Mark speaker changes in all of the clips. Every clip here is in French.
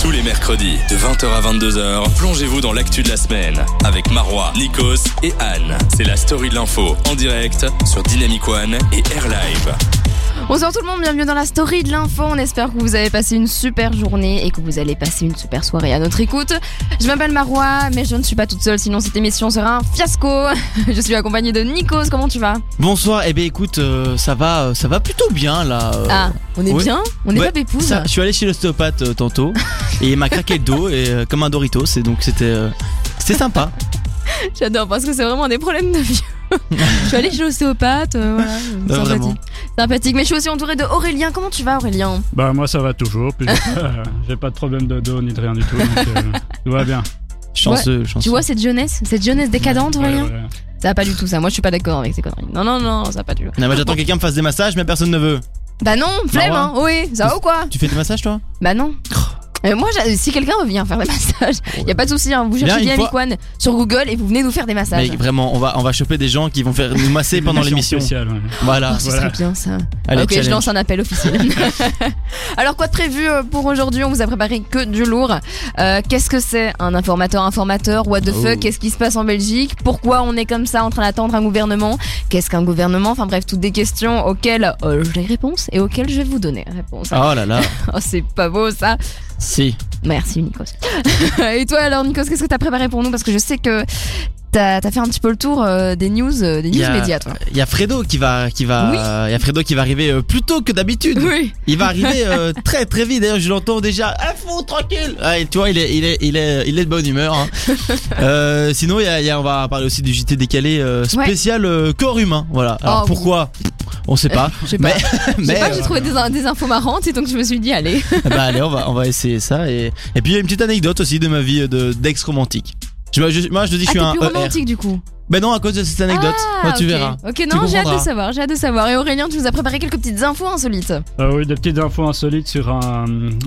Speaker 1: Tous les mercredis, de 20h à 22h, plongez-vous dans l'actu de la semaine avec Marois, Nikos et Anne. C'est la story de l'info en direct sur Dynamic One et Air Live.
Speaker 2: Bonsoir tout le monde, bienvenue dans la story de l'info. On espère que vous avez passé une super journée et que vous allez passer une super soirée à notre écoute. Je m'appelle Marois, mais je ne suis pas toute seule, sinon cette émission sera un fiasco. Je suis accompagnée de Nikos, comment tu vas
Speaker 3: Bonsoir, eh bien écoute, euh, ça va euh, ça va plutôt bien là. euh,
Speaker 2: Ah, on est
Speaker 3: oui.
Speaker 2: bien On n'est
Speaker 3: Ouais,
Speaker 2: pas pépouze
Speaker 3: ça, je suis allé chez l'ostéopathe euh, tantôt et il m'a craqué le dos et, euh, comme un Doritos et donc c'était euh, c'était sympa.
Speaker 2: J'adore parce que c'est vraiment des problèmes de vieux. je suis allée chez l'ostéopathe, euh, voilà, euh,
Speaker 3: Non,
Speaker 2: sympathique.
Speaker 3: vraiment.
Speaker 2: Sympathique, mais je suis aussi entourée de Aurélien. Comment tu vas Aurélien
Speaker 4: Bah moi ça va toujours, puis j'ai pas, euh, j'ai pas de problème de dos ni de rien du tout, donc euh, tout va bien.
Speaker 3: Chanceux, chanceux.
Speaker 2: Tu vois cette jeunesse, cette jeunesse décadente
Speaker 4: Ouais,
Speaker 2: Aurélien
Speaker 4: ouais, ouais.
Speaker 2: Ça va pas du tout ça, moi je suis pas d'accord avec ces conneries. Non, non, non, ça va pas du tout.
Speaker 3: Non, mais j'attends que quelqu'un me fasse des massages mais personne ne veut.
Speaker 2: Bah non, flemme, hein,
Speaker 3: Marwa
Speaker 2: oui, ça va ou quoi
Speaker 3: Tu fais des massages toi
Speaker 2: Bah non.
Speaker 3: Oh.
Speaker 2: Euh, moi, j'a- si quelqu'un veut venir faire des massages, y a pas de souci. hein, vous
Speaker 3: Viens
Speaker 2: cherchez
Speaker 3: une
Speaker 2: Dynamic
Speaker 3: fois.
Speaker 2: One sur Google et vous venez nous faire des massages.
Speaker 3: Mais vraiment, on va on va choper des gens qui vont faire nous masser pendant
Speaker 4: Une émission
Speaker 3: l'émission.
Speaker 4: spéciale, ouais.
Speaker 3: Ah, Voilà.
Speaker 2: Oh, ce
Speaker 4: voilà.
Speaker 2: serait bien ça.
Speaker 3: Allez,
Speaker 2: ok, je
Speaker 3: challenge.
Speaker 2: lance un appel officiel. Alors, quoi de prévu euh, pour aujourd'hui On vous a préparé que du lourd. Euh, Qu'est-ce que c'est un informateur Informateur What the
Speaker 3: Oh.
Speaker 2: fuck Qu'est-ce qui se passe en Belgique Pourquoi on est comme ça en train d'attendre un gouvernement Qu'est-ce qu'un gouvernement Enfin bref, toutes des questions auxquelles euh, j'ai réponse et auxquelles je vais vous donner réponse.
Speaker 3: Oh là là.
Speaker 2: Oh, c'est pas beau ça
Speaker 3: si.
Speaker 2: Merci Nikos. Et toi alors Nikos, qu'est-ce que t'as préparé pour nous Parce que je sais que t'as as fait un petit peu le tour euh, des news, euh, des
Speaker 3: Il
Speaker 2: news
Speaker 3: y a-
Speaker 2: médias toi.
Speaker 3: Il y a Fredo qui va qui va
Speaker 2: Oui.
Speaker 3: il y a Fredo qui va arriver euh, plus tôt que d'habitude.
Speaker 2: Oui.
Speaker 3: Il va arriver euh, très très vite. D'ailleurs, je l'entends déjà. Info tranquille. Ouais, tu vois, il est il est il est il est de bonne humeur. hein. Euh, sinon, il y a, il y a- on va parler aussi du JT décalé euh, spécial euh, corps humain. Voilà.
Speaker 2: Oh,
Speaker 3: Alors
Speaker 2: oui.
Speaker 3: pourquoi On sait pas.
Speaker 2: Je sais pas.
Speaker 3: mais
Speaker 2: Je sais
Speaker 3: mais
Speaker 2: pas, j'ai trouvé des, des infos marrantes et donc je me suis dit allez.
Speaker 3: euh, bah allez, on va on va essayer ça et et puis il y a une petite anecdote aussi de ma vie euh, de d'ex romantique. Je, moi, je, moi, je te dis que
Speaker 2: Ah
Speaker 3: je suis
Speaker 2: t'es
Speaker 3: un
Speaker 2: plus
Speaker 3: ER.
Speaker 2: romantique du coup.
Speaker 3: Ben non à cause de cette anecdote.
Speaker 2: Ah,
Speaker 3: Moi, tu
Speaker 2: ok.
Speaker 3: verras.
Speaker 2: Ok non j'ai hâte de
Speaker 3: comprendras.
Speaker 2: savoir, j'ai hâte de savoir. Et Aurélien tu nous as préparé quelques petites infos insolites.
Speaker 4: Euh, oui, des petites infos insolites sur un,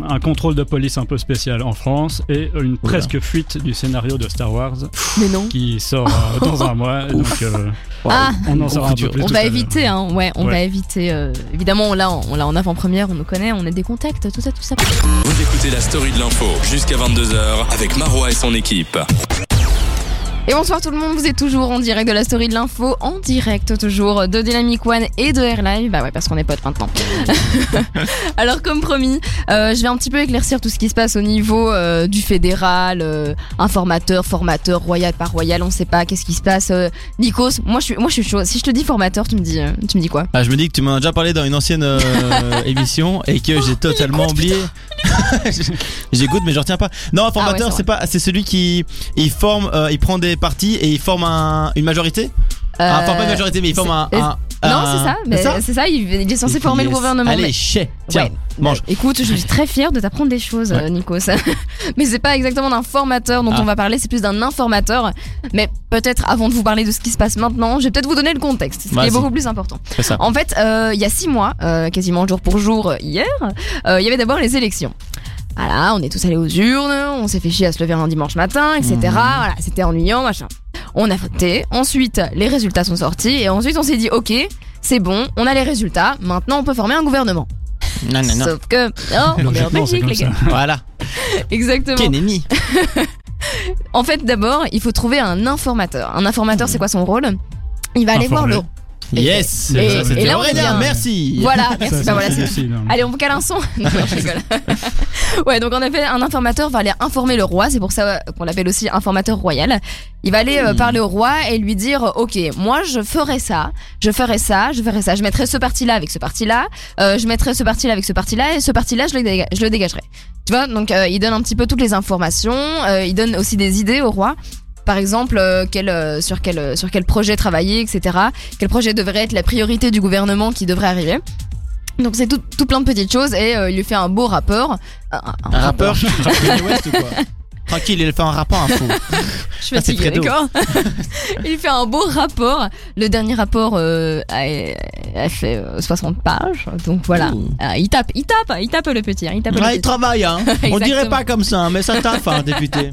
Speaker 4: un contrôle de police un peu spécial en France et une presque fuite du scénario de Star Wars
Speaker 2: Mais non.
Speaker 4: qui sort euh, dans un mois, donc euh,
Speaker 2: Ah.
Speaker 4: on en
Speaker 3: Beaucoup
Speaker 4: saura un peu
Speaker 3: dur.
Speaker 4: plus.
Speaker 2: On
Speaker 4: tout
Speaker 2: va
Speaker 4: à l'heure.
Speaker 2: éviter, hein, ouais, on
Speaker 4: Ouais.
Speaker 2: va éviter. euh, évidemment, on l'a, on l'a en avant-première, on nous connaît, on a des contacts, tout ça, tout ça.
Speaker 1: Vous écoutez la story de l'info jusqu'à 22h avec Marois et son équipe.
Speaker 2: Et bonsoir tout le monde, vous êtes toujours en direct de la story de l'info, en direct toujours de Dynamic One et de Airlive, bah ouais parce qu'on est potes maintenant. Alors comme promis, euh, je vais un petit peu éclaircir tout ce qui se passe au niveau euh, du fédéral, euh, informateur, formateur, royal, par royal, on sait pas qu'est-ce qui se passe. euh, Nikos, moi je suis, moi je suis chaud. Si je te dis formateur, tu me dis, euh, tu me dis quoi
Speaker 3: Ah, je me dis que tu m'en as déjà parlé dans une ancienne euh, émission et
Speaker 2: Oh,
Speaker 3: que j'ai totalement oublié. J'écoute mais je retiens pas. Non, un formateur,
Speaker 2: Ah ouais, c'est
Speaker 3: c'est pas, c'est celui qui, il forme, euh, il prend des partis et il forme un, une majorité. Ah,
Speaker 2: Euh,
Speaker 3: enfin pas une majorité, mais il forme un.
Speaker 2: c'est-
Speaker 3: un-
Speaker 2: Non, Euh,
Speaker 3: un-
Speaker 2: Ah. c'est ça. Mais c'est ça, il, il est censé
Speaker 3: Et
Speaker 2: former
Speaker 3: puis,
Speaker 2: le
Speaker 3: yes.
Speaker 2: gouvernement. mais-
Speaker 3: Allez, chais. Tiens,
Speaker 2: Ouais.
Speaker 3: mange.
Speaker 2: Euh, Écoute, je suis très fière de t'apprendre des choses,
Speaker 3: Ouais.
Speaker 2: euh, Nico. ça. Mais c'est pas exactement d'un formateur dont
Speaker 3: Ah.
Speaker 2: on va parler, c'est plus d'un informateur. Mais peut-être avant de vous parler de ce qui se passe maintenant, je vais peut-être vous donner le contexte, ce qui est
Speaker 3: Vas-y.
Speaker 2: beaucoup plus important.
Speaker 3: Fais ça.
Speaker 2: En fait, euh, il y a six mois, euh, quasiment jour pour jour euh, hier, euh, il y avait d'abord les élections. Voilà, on est tous allés aux urnes, on s'est fait chier à se lever un dimanche matin, etc.
Speaker 3: Mhm.
Speaker 2: Voilà, c'était ennuyant, machin. On a voté, ensuite les résultats sont sortis, et ensuite on s'est dit, ok, c'est bon, on a les résultats, maintenant on peut former un gouvernement.
Speaker 3: Ah, Non, non, non.
Speaker 2: Sauf que. Non, on est en
Speaker 4: Logiquement, c'est
Speaker 2: Belgique, les
Speaker 4: comme
Speaker 2: gars.
Speaker 3: Voilà.
Speaker 2: Exactement.
Speaker 3: Quel ennemi.
Speaker 2: En fait, d'abord, il faut trouver un informateur. Un informateur, c'est quoi son rôle Il va aller voir
Speaker 4: Informer.
Speaker 2: le. Et-
Speaker 3: Yes.
Speaker 4: et-
Speaker 3: Ça, c'était
Speaker 4: et là,
Speaker 2: on est
Speaker 3: Aurélien,
Speaker 2: bien.
Speaker 3: Merci.
Speaker 2: Voilà, merci.
Speaker 4: Ça,
Speaker 2: Bah
Speaker 4: ça,
Speaker 2: voilà,
Speaker 4: c'est
Speaker 2: c'est-
Speaker 4: facile, hein.
Speaker 2: Allez, on vous cale un son. Non, je rigole. ouais, donc en effet, un informateur va aller informer le roi. C'est pour ça euh, qu'on l'appelle aussi informateur royal. Il va aller euh,
Speaker 3: Hmm.
Speaker 2: parler au roi et lui dire euh, Ok, moi je ferai ça, je ferai ça, je ferai ça. Je mettrai ce parti-là avec ce parti-là, euh, je mettrai ce parti-là avec ce parti-là et ce parti-là, je, le déga- je le dégagerai. Tu vois, donc euh, il donne un petit peu toutes les informations. euh, il donne aussi des idées au roi. Par exemple, euh, quel, euh, sur, quel, euh, sur quel projet travailler, etc. Quel projet devrait être la priorité du gouvernement qui devrait arriver. Donc c'est tout, tout plein de petites choses et euh, il lui fait un beau rapport. Ah, Un- un-
Speaker 3: Un rappeur. Kanye West ou quoi Tranquille, il fait un rapport un fou.
Speaker 2: Je suis
Speaker 3: Ah, c'est
Speaker 2: fatiguée,
Speaker 3: Fredo.
Speaker 2: d'accord Il fait un beau rapport. Le dernier rapport euh, a, a fait euh, 60 pages. Donc voilà.
Speaker 3: Ouh.
Speaker 2: Ah, il tape, il tape, il tape le petit. hein, il tape le
Speaker 3: Ouais,
Speaker 2: petit.
Speaker 3: il travaille, hein. On
Speaker 2: Exactement.
Speaker 3: dirait pas comme ça, hein, mais ça taffe, hein, député.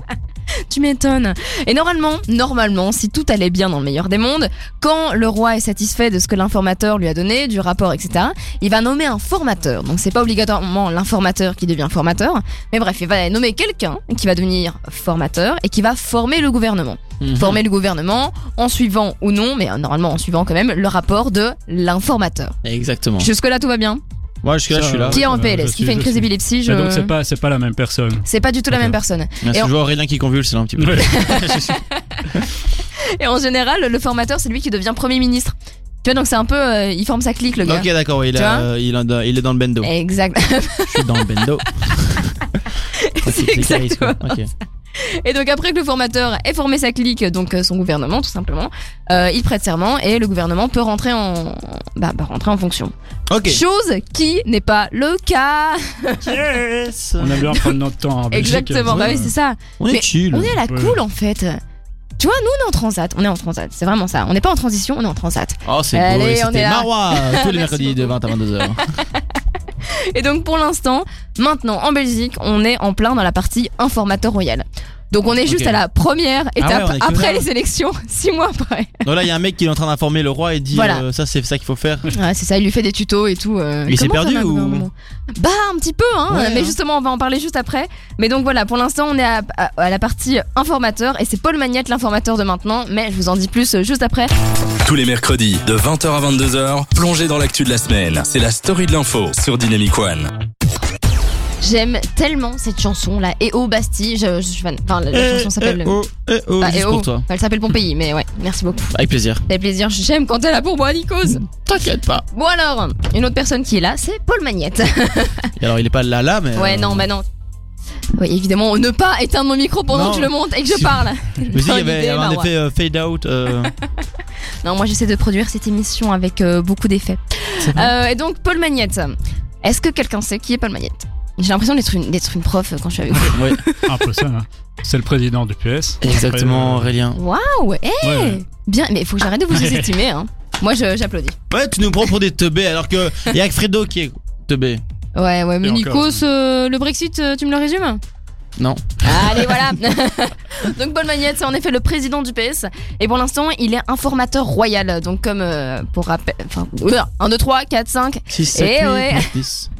Speaker 2: tu m'étonnes. Et normalement, normalement, si tout allait bien dans le meilleur des mondes, quand le roi est satisfait de ce que l'informateur lui a donné, du rapport, etc., il va nommer un formateur. Donc c'est pas obligatoirement l'informateur qui devient formateur, mais bref, il va nommer quelqu'un qui va devenir formateur et qui va former le gouvernement.
Speaker 3: Mhm.
Speaker 2: Former le gouvernement en suivant ou non, mais euh, normalement en suivant quand même le rapport de l'informateur.
Speaker 3: Mm-hmm. Exactement.
Speaker 2: Jusque-là, tout va bien.
Speaker 4: Ah
Speaker 3: Moi, jusque là, je suis là.
Speaker 2: qui est en
Speaker 4: euh,
Speaker 2: PLS,
Speaker 4: je
Speaker 2: qui
Speaker 4: suis-
Speaker 2: fait une
Speaker 4: je
Speaker 2: crise
Speaker 4: suis.
Speaker 2: d'épilepsie, je...
Speaker 4: Et Bah, donc c'est pas, c'est pas la même personne.
Speaker 2: c'est pas du tout la
Speaker 4: D'accord.
Speaker 2: même personne.
Speaker 3: Merci,
Speaker 2: Et on-
Speaker 3: je vois Aurélien qui convulse là un petit peu.
Speaker 4: Ouais.
Speaker 2: Et en général, le formateur, c'est lui qui devient Premier ministre. Tu vois, donc c'est un peu... euh, il forme sa clique, le gars.
Speaker 3: Ok, d'accord, ouais, il,
Speaker 2: Tu
Speaker 3: a-
Speaker 2: vois
Speaker 3: il, en a- il est dans le bendo.
Speaker 2: Exact.
Speaker 3: Je suis dans le bendo.
Speaker 2: c'est exactement.
Speaker 3: Ok.
Speaker 2: Et donc après que le formateur ait formé sa clique, donc euh, son gouvernement tout simplement, euh, il prête serment et le gouvernement peut rentrer en, bah, bah, rentrer en fonction.
Speaker 3: Ok.
Speaker 2: Chose qui n'est pas le cas.
Speaker 4: On aime bien prendre notre temps en Belgique.
Speaker 2: Exactement. Bah oui, c'est ça.
Speaker 3: On est
Speaker 2: Mais
Speaker 3: chill.
Speaker 2: On est à la
Speaker 4: Ouais.
Speaker 2: cool en fait. Tu vois, nous on est en transat. On est en transat. C'est vraiment ça. On n'est pas en transition, on est en transat.
Speaker 3: Oh, c'est
Speaker 2: Allez, on
Speaker 3: beau. et
Speaker 2: est
Speaker 3: C'était
Speaker 2: là.
Speaker 3: Marois tous les
Speaker 2: Merci
Speaker 3: mercredis de
Speaker 2: beaucoup.
Speaker 3: 20 à 22h.
Speaker 2: Et donc pour l'instant, maintenant en Belgique, on est en plein dans la partie informateur royal. Donc on est juste
Speaker 3: Ok. Ah
Speaker 2: à la première
Speaker 3: ouais,
Speaker 2: étape
Speaker 3: on est que
Speaker 2: après
Speaker 3: là.
Speaker 2: les élections, six mois après.
Speaker 3: Donc là, il y a un mec qui est en train d'informer le roi et dit
Speaker 2: Voilà.
Speaker 3: euh, ça, c'est ça qu'il faut faire.
Speaker 2: Ouais, c'est ça, il lui fait des tutos et tout. euh,
Speaker 3: Il s'est
Speaker 2: comment
Speaker 3: perdu
Speaker 2: faire un
Speaker 3: ou-
Speaker 2: gouvernement Bah, un petit peu, hein.
Speaker 3: Ouais,
Speaker 2: mais
Speaker 3: hein.
Speaker 2: justement, on va en parler juste après. Mais donc voilà, pour l'instant, on est à, à- à la partie informateur et c'est Paul Magnette, l'informateur de maintenant. Mais je vous en dis plus euh, juste après.
Speaker 1: Tous les mercredis de 20h à 22h, plongez dans l'actu de la semaine. C'est la story de l'info sur Dynamic One.
Speaker 2: J'aime tellement cette chanson là. Et oh Bastille, je, je suis fan. Enfin, la, la
Speaker 3: Eh,
Speaker 2: chanson s'appelle.
Speaker 3: eh, oh, eh, oh,
Speaker 2: Bah,
Speaker 3: juste
Speaker 2: eh oh.
Speaker 3: pour toi.
Speaker 2: Enfin, Elle s'appelle Pompéi, mais ouais, merci beaucoup.
Speaker 3: Avec plaisir. Bah,
Speaker 2: Ça fait plaisir, j'aime quand elle a pour moi, Nikos.
Speaker 3: T'inquiète pas.
Speaker 2: Bon alors, une autre personne qui est là, c'est Paul Magnette.
Speaker 3: Euh. Et alors, il est pas là là, mais.
Speaker 2: ouais,
Speaker 3: euh,
Speaker 2: non, bah non. Oui, évidemment, ne pas éteindre mon micro pendant
Speaker 3: Non.
Speaker 2: que tu le montes et que
Speaker 3: Si-
Speaker 2: je parle.
Speaker 3: Je me suis dit, il y
Speaker 2: Bonne
Speaker 3: avait
Speaker 2: idée,
Speaker 3: il y avait un
Speaker 2: Marois.
Speaker 3: effet euh, fade out. euh,
Speaker 2: Non, moi j'essaie de produire cette émission avec euh, beaucoup d'effets. Euh, et donc, Paul Magnette. Est-ce que quelqu'un sait qui est Paul Magnette J'ai l'impression d'être une, d'être une prof euh, quand je suis avec vous.
Speaker 3: ouais,
Speaker 4: Un peu ça. hein. C'est le président du PS.
Speaker 3: exactement,
Speaker 4: Après,
Speaker 3: Aurélien.
Speaker 2: Waouh Eh
Speaker 4: euh, ouais, ouais.
Speaker 2: Bien, mais il faut que j'arrête de vous estimer. Hein. Moi je- j'applaudis.
Speaker 3: Ouais, tu nous prends pour des teubés alors que y a que Fredo qui est teubé.
Speaker 2: Ouais, ouais, mais
Speaker 4: Et encore.
Speaker 2: Nikos, euh, le Brexit, euh, tu me le résumes Ah,
Speaker 3: Non.
Speaker 2: Allez, voilà Donc Paul Magnette, c'est en effet le président du PS. Et pour l'instant, il est informateur royal. Donc, comme euh, pour rappel. Enfin, 1, 2, 3, 4, 5.
Speaker 3: 6,
Speaker 2: Eh
Speaker 3: 7, 8,
Speaker 2: ouais.
Speaker 3: 9, 10.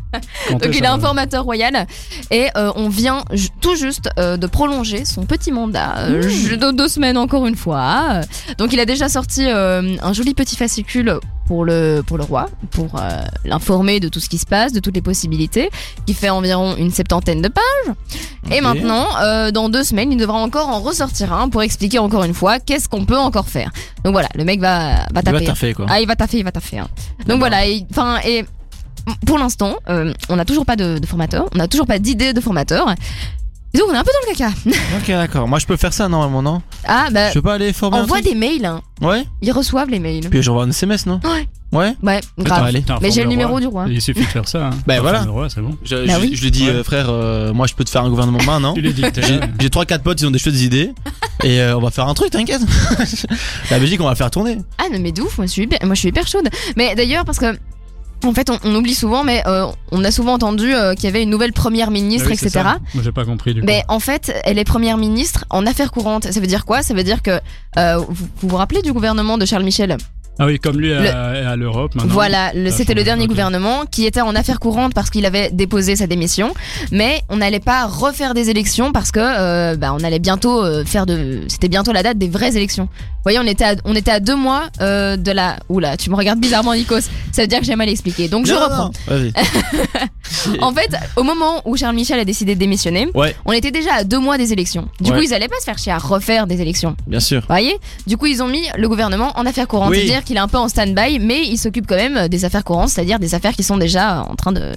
Speaker 4: Comptez
Speaker 2: Donc il
Speaker 4: ça,
Speaker 2: est
Speaker 3: hein.
Speaker 4: ouais.
Speaker 2: informateur royal et euh, on vient ju- tout juste euh, de prolonger son petit mandat euh,
Speaker 3: Mmh.
Speaker 2: ju- de deux semaines encore une fois. Donc il a déjà sorti euh, un joli petit fascicule pour le pour le roi pour euh, l'informer de tout ce qui se passe, de toutes les possibilités, qui fait environ une septantaine de pages. Et
Speaker 3: Ok.
Speaker 2: maintenant, euh, dans deux semaines, il devra encore en ressortir un pour expliquer encore une fois qu'est-ce qu'on peut encore faire. Donc voilà, le mec va va
Speaker 3: Il va
Speaker 2: taper.
Speaker 3: taffer quoi.
Speaker 2: Ah, il va taffer, il va taffer. hein. Donc
Speaker 3: D'accord.
Speaker 2: voilà, et- enfin, et, pour l'instant, euh, on n'a toujours pas de, de formateur, on n'a toujours pas d'idée de formateur. Et donc on est un peu dans le caca.
Speaker 3: Ok, d'accord. Moi, je peux faire ça normalement, non
Speaker 2: Ah, bah,
Speaker 3: Je peux pas aller former. un
Speaker 2: envoie
Speaker 3: truc
Speaker 2: des mails, hein.
Speaker 3: Ouais.
Speaker 2: ils reçoivent les mails.
Speaker 3: Puis j'envoie un SMS, non
Speaker 2: Ouais.
Speaker 3: Ouais.
Speaker 2: Ouais, grave.
Speaker 3: allez.
Speaker 4: T'as
Speaker 2: Mais j'ai le
Speaker 4: informé
Speaker 2: numéro
Speaker 4: roi.
Speaker 2: du roi.
Speaker 4: Il suffit de faire ça. hein.
Speaker 3: Bah
Speaker 4: T'as
Speaker 3: voilà.
Speaker 4: informé le roi, c'est bon.
Speaker 3: Je,
Speaker 2: Bah
Speaker 3: je-
Speaker 2: oui.
Speaker 3: je lui dis,
Speaker 4: Ouais.
Speaker 3: euh, frère, euh, moi, je peux te faire un gouvernement maintenant.
Speaker 4: Tu l'es dicté. Ah
Speaker 3: J'ai j'ai trois quatre potes, ils ont des chouettes idées et euh, on va faire un truc, t'inquiète. La Belgique, on va faire tourner.
Speaker 2: Ah non mais de ouf, moi je suis hyper, moi, je suis hyper chaude. Mais d'ailleurs parce que en fait on, on oublie souvent, mais euh, on a souvent entendu euh, qu'il y avait une nouvelle première
Speaker 4: Ah
Speaker 2: ministre, Ben,
Speaker 4: oui, c'est
Speaker 2: etc.
Speaker 4: ça. Moi j'ai pas compris du coup.
Speaker 2: Mais en fait, elle est première ministre en affaires courantes. Ça veut dire quoi Ça veut dire que euh, vous- vous vous rappelez du gouvernement de Charles Michel
Speaker 4: Ah oui, comme lui à- à l'Europe
Speaker 3: Ah
Speaker 4: maintenant.
Speaker 2: Voilà, le-
Speaker 4: Ça a
Speaker 2: c'était le
Speaker 4: changé,
Speaker 2: dernier
Speaker 4: ok.
Speaker 2: gouvernement qui était en affaires courantes parce qu'il avait déposé sa démission, mais on n'allait pas refaire des élections parce que euh, bah, on allait bientôt euh, faire de, c'était bientôt la date des vraies élections. Vous voyez, on était à, on était à deux mois euh, de la. Oula, tu me regardes bizarrement, Nikos. Ça veut dire que j'ai mal expliqué. Donc je
Speaker 3: Non, non,
Speaker 2: reprends.
Speaker 3: non. Vas-y.
Speaker 2: En fait, au moment où Charles Michel a décidé de démissionner,
Speaker 3: Ouais.
Speaker 2: on était déjà à deux mois des élections. Du
Speaker 3: Ouais.
Speaker 2: coup, ils allaient pas se faire chier à refaire des élections.
Speaker 3: Bien sûr.
Speaker 2: Vous voyez Du coup, ils ont mis le gouvernement en affaires courantes.
Speaker 3: Oui.
Speaker 2: C'est-à-dire qu'il est un peu en stand-by, mais il s'occupe quand même des affaires courantes, c'est-à-dire des affaires qui sont déjà en train de.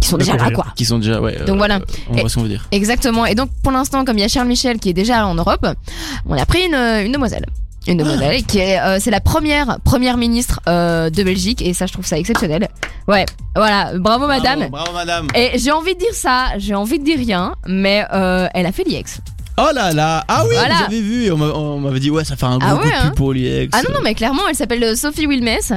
Speaker 2: qui sont
Speaker 4: De
Speaker 2: déjà là,
Speaker 4: courir.
Speaker 2: quoi.
Speaker 3: Qui sont déjà, ouais. euh,
Speaker 2: Donc voilà.
Speaker 3: on
Speaker 2: Et-
Speaker 3: voit ce qu'on veut dire.
Speaker 2: Exactement. Et donc, pour l'instant, comme il y a Charles Michel qui est déjà en Europe, on a pris une, euh, une demoiselle. Une demoiselle qui est, euh, c'est la première première ministre euh, de Belgique et ça je trouve ça exceptionnel. Ouais, voilà, bravo madame.
Speaker 3: Bravo, bravo, madame.
Speaker 2: Et j'ai envie de dire ça, j'ai envie de dire rien, mais euh, elle a fait l'IEX.
Speaker 3: Oh là là. Ah oui,
Speaker 2: Voilà.
Speaker 3: j'avais vu. et on m'a- On m'avait dit, ouais, ça fait un gros
Speaker 2: Ah
Speaker 3: coup
Speaker 2: ouais,
Speaker 3: de
Speaker 2: hein.
Speaker 3: pub pour l'IEX.
Speaker 2: Ah non non mais clairement elle s'appelle euh, Sophie Wilmès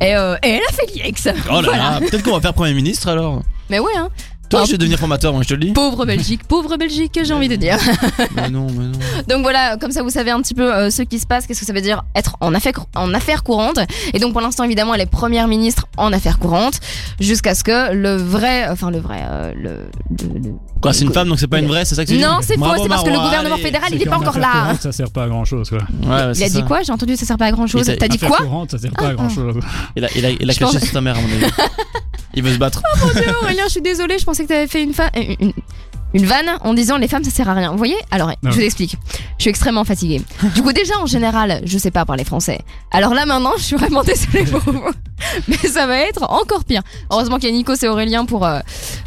Speaker 2: et, euh, et elle a fait l'IEX.
Speaker 3: Oh là là. Peut-être qu'on va faire Premier ministre alors.
Speaker 2: Mais ouais, hein.
Speaker 3: Toi, je vais devenir formateur, moi, je te le dis.
Speaker 2: Pauvre Belgique, pauvre Belgique, j'ai envie de dire.
Speaker 3: Mais non, mais non.
Speaker 2: Donc voilà, comme ça vous savez un petit peu euh, ce qui se passe, qu'est-ce que ça veut dire être en affaires, en affaires courantes. Et donc pour l'instant évidemment elle est première ministre en affaires courantes jusqu'à ce que le vrai, enfin le vrai, euh, le, le- le-
Speaker 3: Quoi, c'est une femme, donc c'est pas une vraie, c'est ça que tu dis
Speaker 2: non c'est faux,
Speaker 3: Bravo,
Speaker 2: c'est parce que le
Speaker 3: Marois,
Speaker 2: gouvernement
Speaker 3: allez.
Speaker 2: fédéral Ah, il
Speaker 4: C'est
Speaker 2: est pas
Speaker 4: qu'en
Speaker 2: encore
Speaker 4: affaires
Speaker 2: là. hein.
Speaker 4: courantes, Ça sert pas à grand chose quoi.
Speaker 3: Ouais, ouais,
Speaker 2: Il
Speaker 3: c'est
Speaker 2: a dit
Speaker 3: ça.
Speaker 2: quoi J'ai entendu ça sert pas à grand chose.
Speaker 3: Il a-
Speaker 2: T'as Ah, dit
Speaker 4: Affaires
Speaker 2: quoi Ah,
Speaker 4: courantes, ça sert pas à grand chose.
Speaker 3: Il a, il a, il a
Speaker 2: Je
Speaker 3: craché
Speaker 2: pense-
Speaker 3: sur ta mère, à mon avis. Il veut se battre.
Speaker 2: Oh, Aurélien, je suis désolée, je pensais que t'avais fait une, fa- une, une- une vanne en disant les femmes ça sert à rien. Vous voyez Alors, je
Speaker 4: ouais.
Speaker 2: vous explique. Je suis extrêmement fatiguée. Du coup, déjà en général, je sais pas parler français. Alors là maintenant, je suis vraiment désolée pour vous. Mais ça va être encore pire. Heureusement qu'il y a Nico et Aurélien pour euh,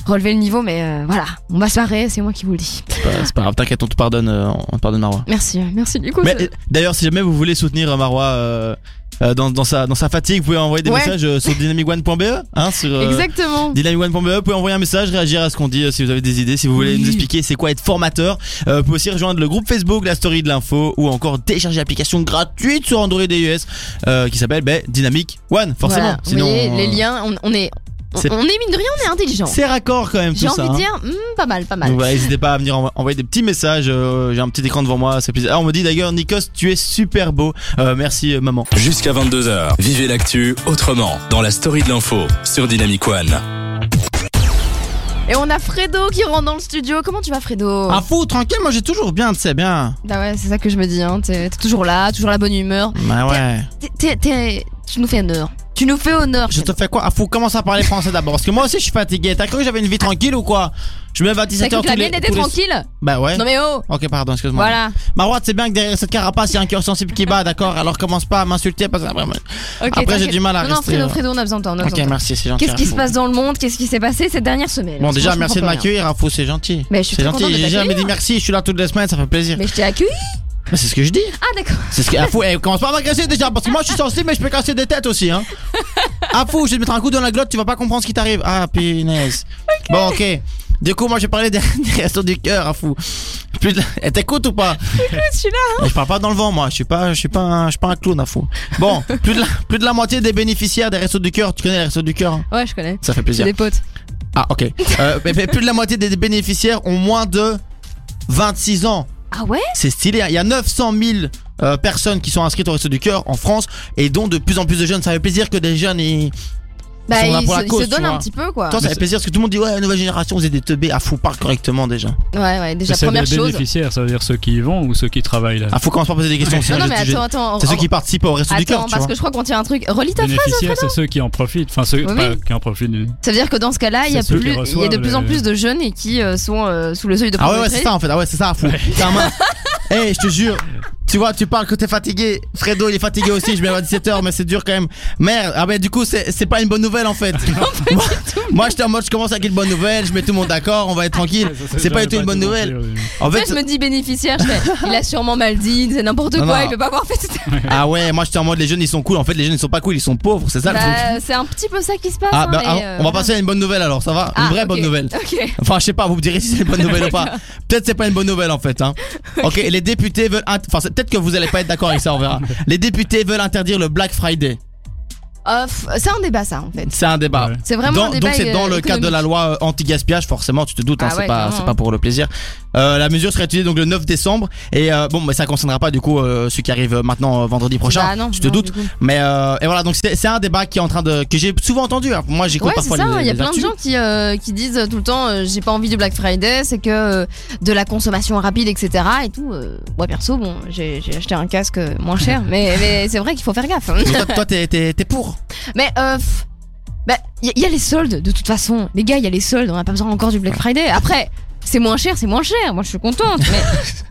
Speaker 2: relever le niveau, mais euh, voilà, on va se marrer, c'est moi qui vous le dis.
Speaker 3: C'est pas, c'est pas grave, t'inquiète, on te pardonne, euh, on te pardonne Marois.
Speaker 2: Merci, merci Nico.
Speaker 3: Mais
Speaker 2: Je-
Speaker 3: euh, d'ailleurs, si jamais vous voulez soutenir euh, Marois euh, euh, dans, dans, sa, dans sa fatigue, vous pouvez envoyer des
Speaker 2: Ouais.
Speaker 3: messages euh, sur dynamicone.be. Hein, sur, euh,
Speaker 2: Exactement.
Speaker 3: dynamicone.be, vous pouvez E envoyer un message, réagir à ce qu'on dit euh, si vous avez des idées, si vous voulez
Speaker 4: Oui.
Speaker 3: nous expliquer c'est quoi être formateur. Euh, vous pouvez aussi rejoindre le groupe Facebook, la story de l'info, ou encore télécharger l'application gratuite sur Android et iOS euh, qui s'appelle ben, Dynamic One, forcément.
Speaker 2: Voilà.
Speaker 3: Sinon,
Speaker 2: vous voyez, les
Speaker 3: euh,
Speaker 2: liens, on, on est, on,
Speaker 3: c'est-
Speaker 2: on est mine de rien, on est intelligent.
Speaker 3: C'est raccord quand même tout
Speaker 2: J'ai envie
Speaker 3: ça.
Speaker 2: de
Speaker 3: hein.
Speaker 2: dire, hmm, pas mal, pas mal.
Speaker 3: Donc voilà, n'hésitez pas à venir envo- envoyer des petits messages. euh, J'ai un petit écran devant moi, c'est plaisir. Ah, on me dit d'ailleurs, Nikos, tu es super beau. Euh, merci, euh, maman.
Speaker 1: Jusqu'à 22h, vivez l'actu autrement dans la story de l'info sur Dynamic One.
Speaker 2: Et on a Fredo qui rentre dans le studio. Comment tu vas, Fredo
Speaker 3: Ah fou, tranquille, moi j'ai toujours bien, tu sais bien.
Speaker 2: Bah ouais, c'est ça que je me dis. Hein. T'es t'es toujours là, toujours la bonne humeur.
Speaker 3: Bah ouais.
Speaker 2: T'es- t'es- t'es- tu nous fais honneur. Tu nous fais honneur.
Speaker 3: Je te fais quoi Ah fou, commence à parler français d'abord. Parce que moi aussi je suis fatigué. T'as cru que j'avais une vie tranquille ou quoi Je me lève à
Speaker 2: T'as cru
Speaker 3: 17h
Speaker 2: que
Speaker 3: tous
Speaker 2: la
Speaker 3: les-
Speaker 2: mienne était
Speaker 3: tous les-
Speaker 2: tranquille
Speaker 3: Bah ouais.
Speaker 2: Non mais oh
Speaker 3: Ok, pardon, excuse-moi.
Speaker 2: Voilà.
Speaker 3: Marois, c'est bien que derrière cette carapace, il y a un cœur sensible qui bat, d'accord Alors commence pas à m'insulter parce que vraiment.
Speaker 2: Ok,
Speaker 3: Après, j'ai
Speaker 2: t'inquiète.
Speaker 3: du mal à
Speaker 2: Non, non,
Speaker 3: rester,
Speaker 2: Fredo,
Speaker 3: ouais.
Speaker 2: Fredo, on a besoin de toi. on a
Speaker 3: Ok,
Speaker 2: besoin de toi.
Speaker 3: merci, c'est gentil.
Speaker 2: Qu'est-ce qui
Speaker 3: Afou.
Speaker 2: se passe dans le monde Qu'est-ce qui s'est passé cette dernière semaine
Speaker 3: Bon, déjà,
Speaker 2: Moi, je
Speaker 3: merci de
Speaker 2: comprends pas rien.
Speaker 3: m'accueillir, Afou, c'est gentil.
Speaker 2: Mais je suis
Speaker 3: C'est
Speaker 2: très contente
Speaker 3: gentil,
Speaker 2: de
Speaker 3: j'ai jamais
Speaker 2: t'accueillir.
Speaker 3: dit merci, je suis là toutes les semaines, ça fait plaisir.
Speaker 2: Mais je t'ai accueilli
Speaker 3: Mais c'est ce que je dis.
Speaker 2: Ah d'accord.
Speaker 3: C'est ce que. Afou, eh, commence pas à m'agresser déjà, parce que moi je suis sensible, mais je peux casser des têtes aussi, hein. Afou, je vais te mettre un coup dans la glotte, tu vas pas comprendre ce qui t'arrive. Ah, punaise. Bon, ok. Du coup, moi je vais parler des, des restos du cœur, Afou. Plus de... Eh, T'écoutes ou pas Eh,
Speaker 2: Je suis là.
Speaker 3: Je parle pas dans le vent, moi. Je suis pas, je suis pas, un, je suis pas un clown, Afou. Bon, plus de, la, plus de la moitié des bénéficiaires des restos du cœur, tu connais les restos du cœur hein
Speaker 2: Ouais, je connais.
Speaker 3: Ça fait
Speaker 2: J'ai
Speaker 3: plaisir.
Speaker 2: des potes.
Speaker 3: Ah, ok. Euh, mais- mais plus de la moitié des bénéficiaires ont moins de 26 ans.
Speaker 2: Ah ouais
Speaker 3: C'est stylé. hein. Il y a 900 000 euh, personnes qui sont inscrites au Resto du Cœur en France et dont de plus en plus de jeunes. Ça fait plaisir que des jeunes ils.
Speaker 2: Bah
Speaker 3: sont là
Speaker 2: il
Speaker 3: pour la
Speaker 2: se, il
Speaker 3: cause,
Speaker 2: se
Speaker 3: tu
Speaker 2: donne un
Speaker 3: vois.
Speaker 2: petit peu quoi.
Speaker 3: Toi, ça fait plaisir parce que tout le monde dit Ouais, nouvelle génération, vous êtes des teubés. Ah, faut parle correctement déjà.
Speaker 2: Ouais ouais, déjà
Speaker 4: C'est
Speaker 2: première
Speaker 4: des
Speaker 2: chose.
Speaker 4: bénéficiaires, ça veut dire ceux qui y vont ou ceux qui travaillent là.
Speaker 3: Ah, faut commence pas à poser des questions.
Speaker 2: Non
Speaker 3: sinon
Speaker 2: non
Speaker 3: je-
Speaker 2: mais
Speaker 3: je-
Speaker 2: attends attends.
Speaker 3: C'est ceux qui participent au Resto du Cœur,
Speaker 2: Attends
Speaker 3: tu
Speaker 2: parce
Speaker 3: vois.
Speaker 2: que je crois qu'on tient un truc. Relis ta phrase.
Speaker 4: Bénéficiaires, c'est ceux qui en profitent. Enfin, ceux
Speaker 2: Oui,
Speaker 4: pas-
Speaker 2: oui.
Speaker 4: qui en profitent. du-
Speaker 2: Ça veut dire que dans ce cas-là, il y a
Speaker 4: C'est ceux
Speaker 2: plus, il
Speaker 4: qui
Speaker 2: y a de
Speaker 4: reçoivent
Speaker 2: plus en
Speaker 4: les-
Speaker 2: plus de jeunes et qui euh, sont euh, sous le seuil de
Speaker 3: Ah, ouais, ouais,
Speaker 2: pauvreté.
Speaker 3: c'est ça en fait. Ah, ouais, c'est ça, fou. T'es un mince. Eh, je te jure. Tu vois, tu parles que t'es fatigué. Fredo, il est fatigué aussi. Je me lève à 17h, mais c'est dur quand même. Merde. Ah, ben, du coup, c'est c'est pas une bonne nouvelle en fait. moi, moi, j'étais en mode, je commence avec une bonne nouvelle. Je mets tout le monde d'accord. On va être tranquille. C'est pas du tout une bonne nouvelle. En
Speaker 2: Tu
Speaker 3: fait,
Speaker 2: sais, je me dis bénéficiaire, je fais, il a sûrement mal dit, c'est n'importe
Speaker 3: Non,
Speaker 2: quoi,
Speaker 3: non.
Speaker 2: il peut pas avoir fait tout ça.
Speaker 3: Ah ouais, moi j'étais en mode les jeunes ils sont cool. En fait, les jeunes ils sont pas cool, ils sont pauvres, c'est ça le truc.
Speaker 2: Bah, c'est un petit peu ça qui se passe.
Speaker 3: Ah
Speaker 2: hein,
Speaker 3: bah,
Speaker 2: mais,
Speaker 3: ah,
Speaker 2: euh,
Speaker 3: on va passer à une bonne nouvelle alors, ça va Une
Speaker 2: ah,
Speaker 3: vraie
Speaker 2: ok,
Speaker 3: bonne nouvelle.
Speaker 2: Ok.
Speaker 3: Enfin, je sais pas, vous me direz si c'est une bonne nouvelle ou pas. Peut-être c'est pas une bonne nouvelle en fait. Hein. ok, les députés veulent. int- Enfin, c'est- peut-être que vous allez pas être d'accord avec ça, on verra. Les députés veulent interdire le Black Friday.
Speaker 2: Euh, f- c'est un débat, ça, en fait.
Speaker 3: C'est un débat.
Speaker 4: Ouais.
Speaker 2: C'est vraiment
Speaker 3: Dans-
Speaker 2: un débat.
Speaker 3: donc c'est dans le
Speaker 2: euh,
Speaker 3: cadre de la loi euh, anti-gaspillage, forcément, tu te doutes, hein,
Speaker 2: Ah
Speaker 3: c'est
Speaker 2: ouais,
Speaker 3: pas,
Speaker 2: clairement,
Speaker 3: c'est pas pour le plaisir. Euh, la mesure sera étudiée donc le 9 décembre et euh, bon, mais ça concernera pas du coup euh, ceux qui arrivent euh, maintenant euh, vendredi prochain.
Speaker 2: Bah non,
Speaker 3: tu te
Speaker 2: non,
Speaker 3: doutes.
Speaker 2: du coup.
Speaker 3: Mais euh, et voilà, donc c'est c'est un débat qui est en train de que j'ai souvent entendu. hein. Moi, j'écoute
Speaker 2: Ouais, c'est
Speaker 3: parfois
Speaker 2: ça,
Speaker 3: les,
Speaker 2: il y a
Speaker 3: les
Speaker 2: plein de
Speaker 3: actus.
Speaker 2: gens qui, euh, qui disent euh, tout le temps euh, j'ai pas envie du Black Friday, c'est que euh, de la consommation rapide, etc. et tout. euh, moi perso, bon, j'ai j'ai acheté un casque euh, moins cher, mais, mais c'est vrai qu'il faut faire gaffe. hein.
Speaker 3: Donc toi, toi, t'es t'es- t'es pour.
Speaker 2: Mais euh, pff, bah, il y, y a les soldes de toute façon. Les gars, il y a les soldes. On n'a pas besoin encore du Black Friday. Après, c'est moins cher, c'est moins cher. Moi, je suis contente. Mais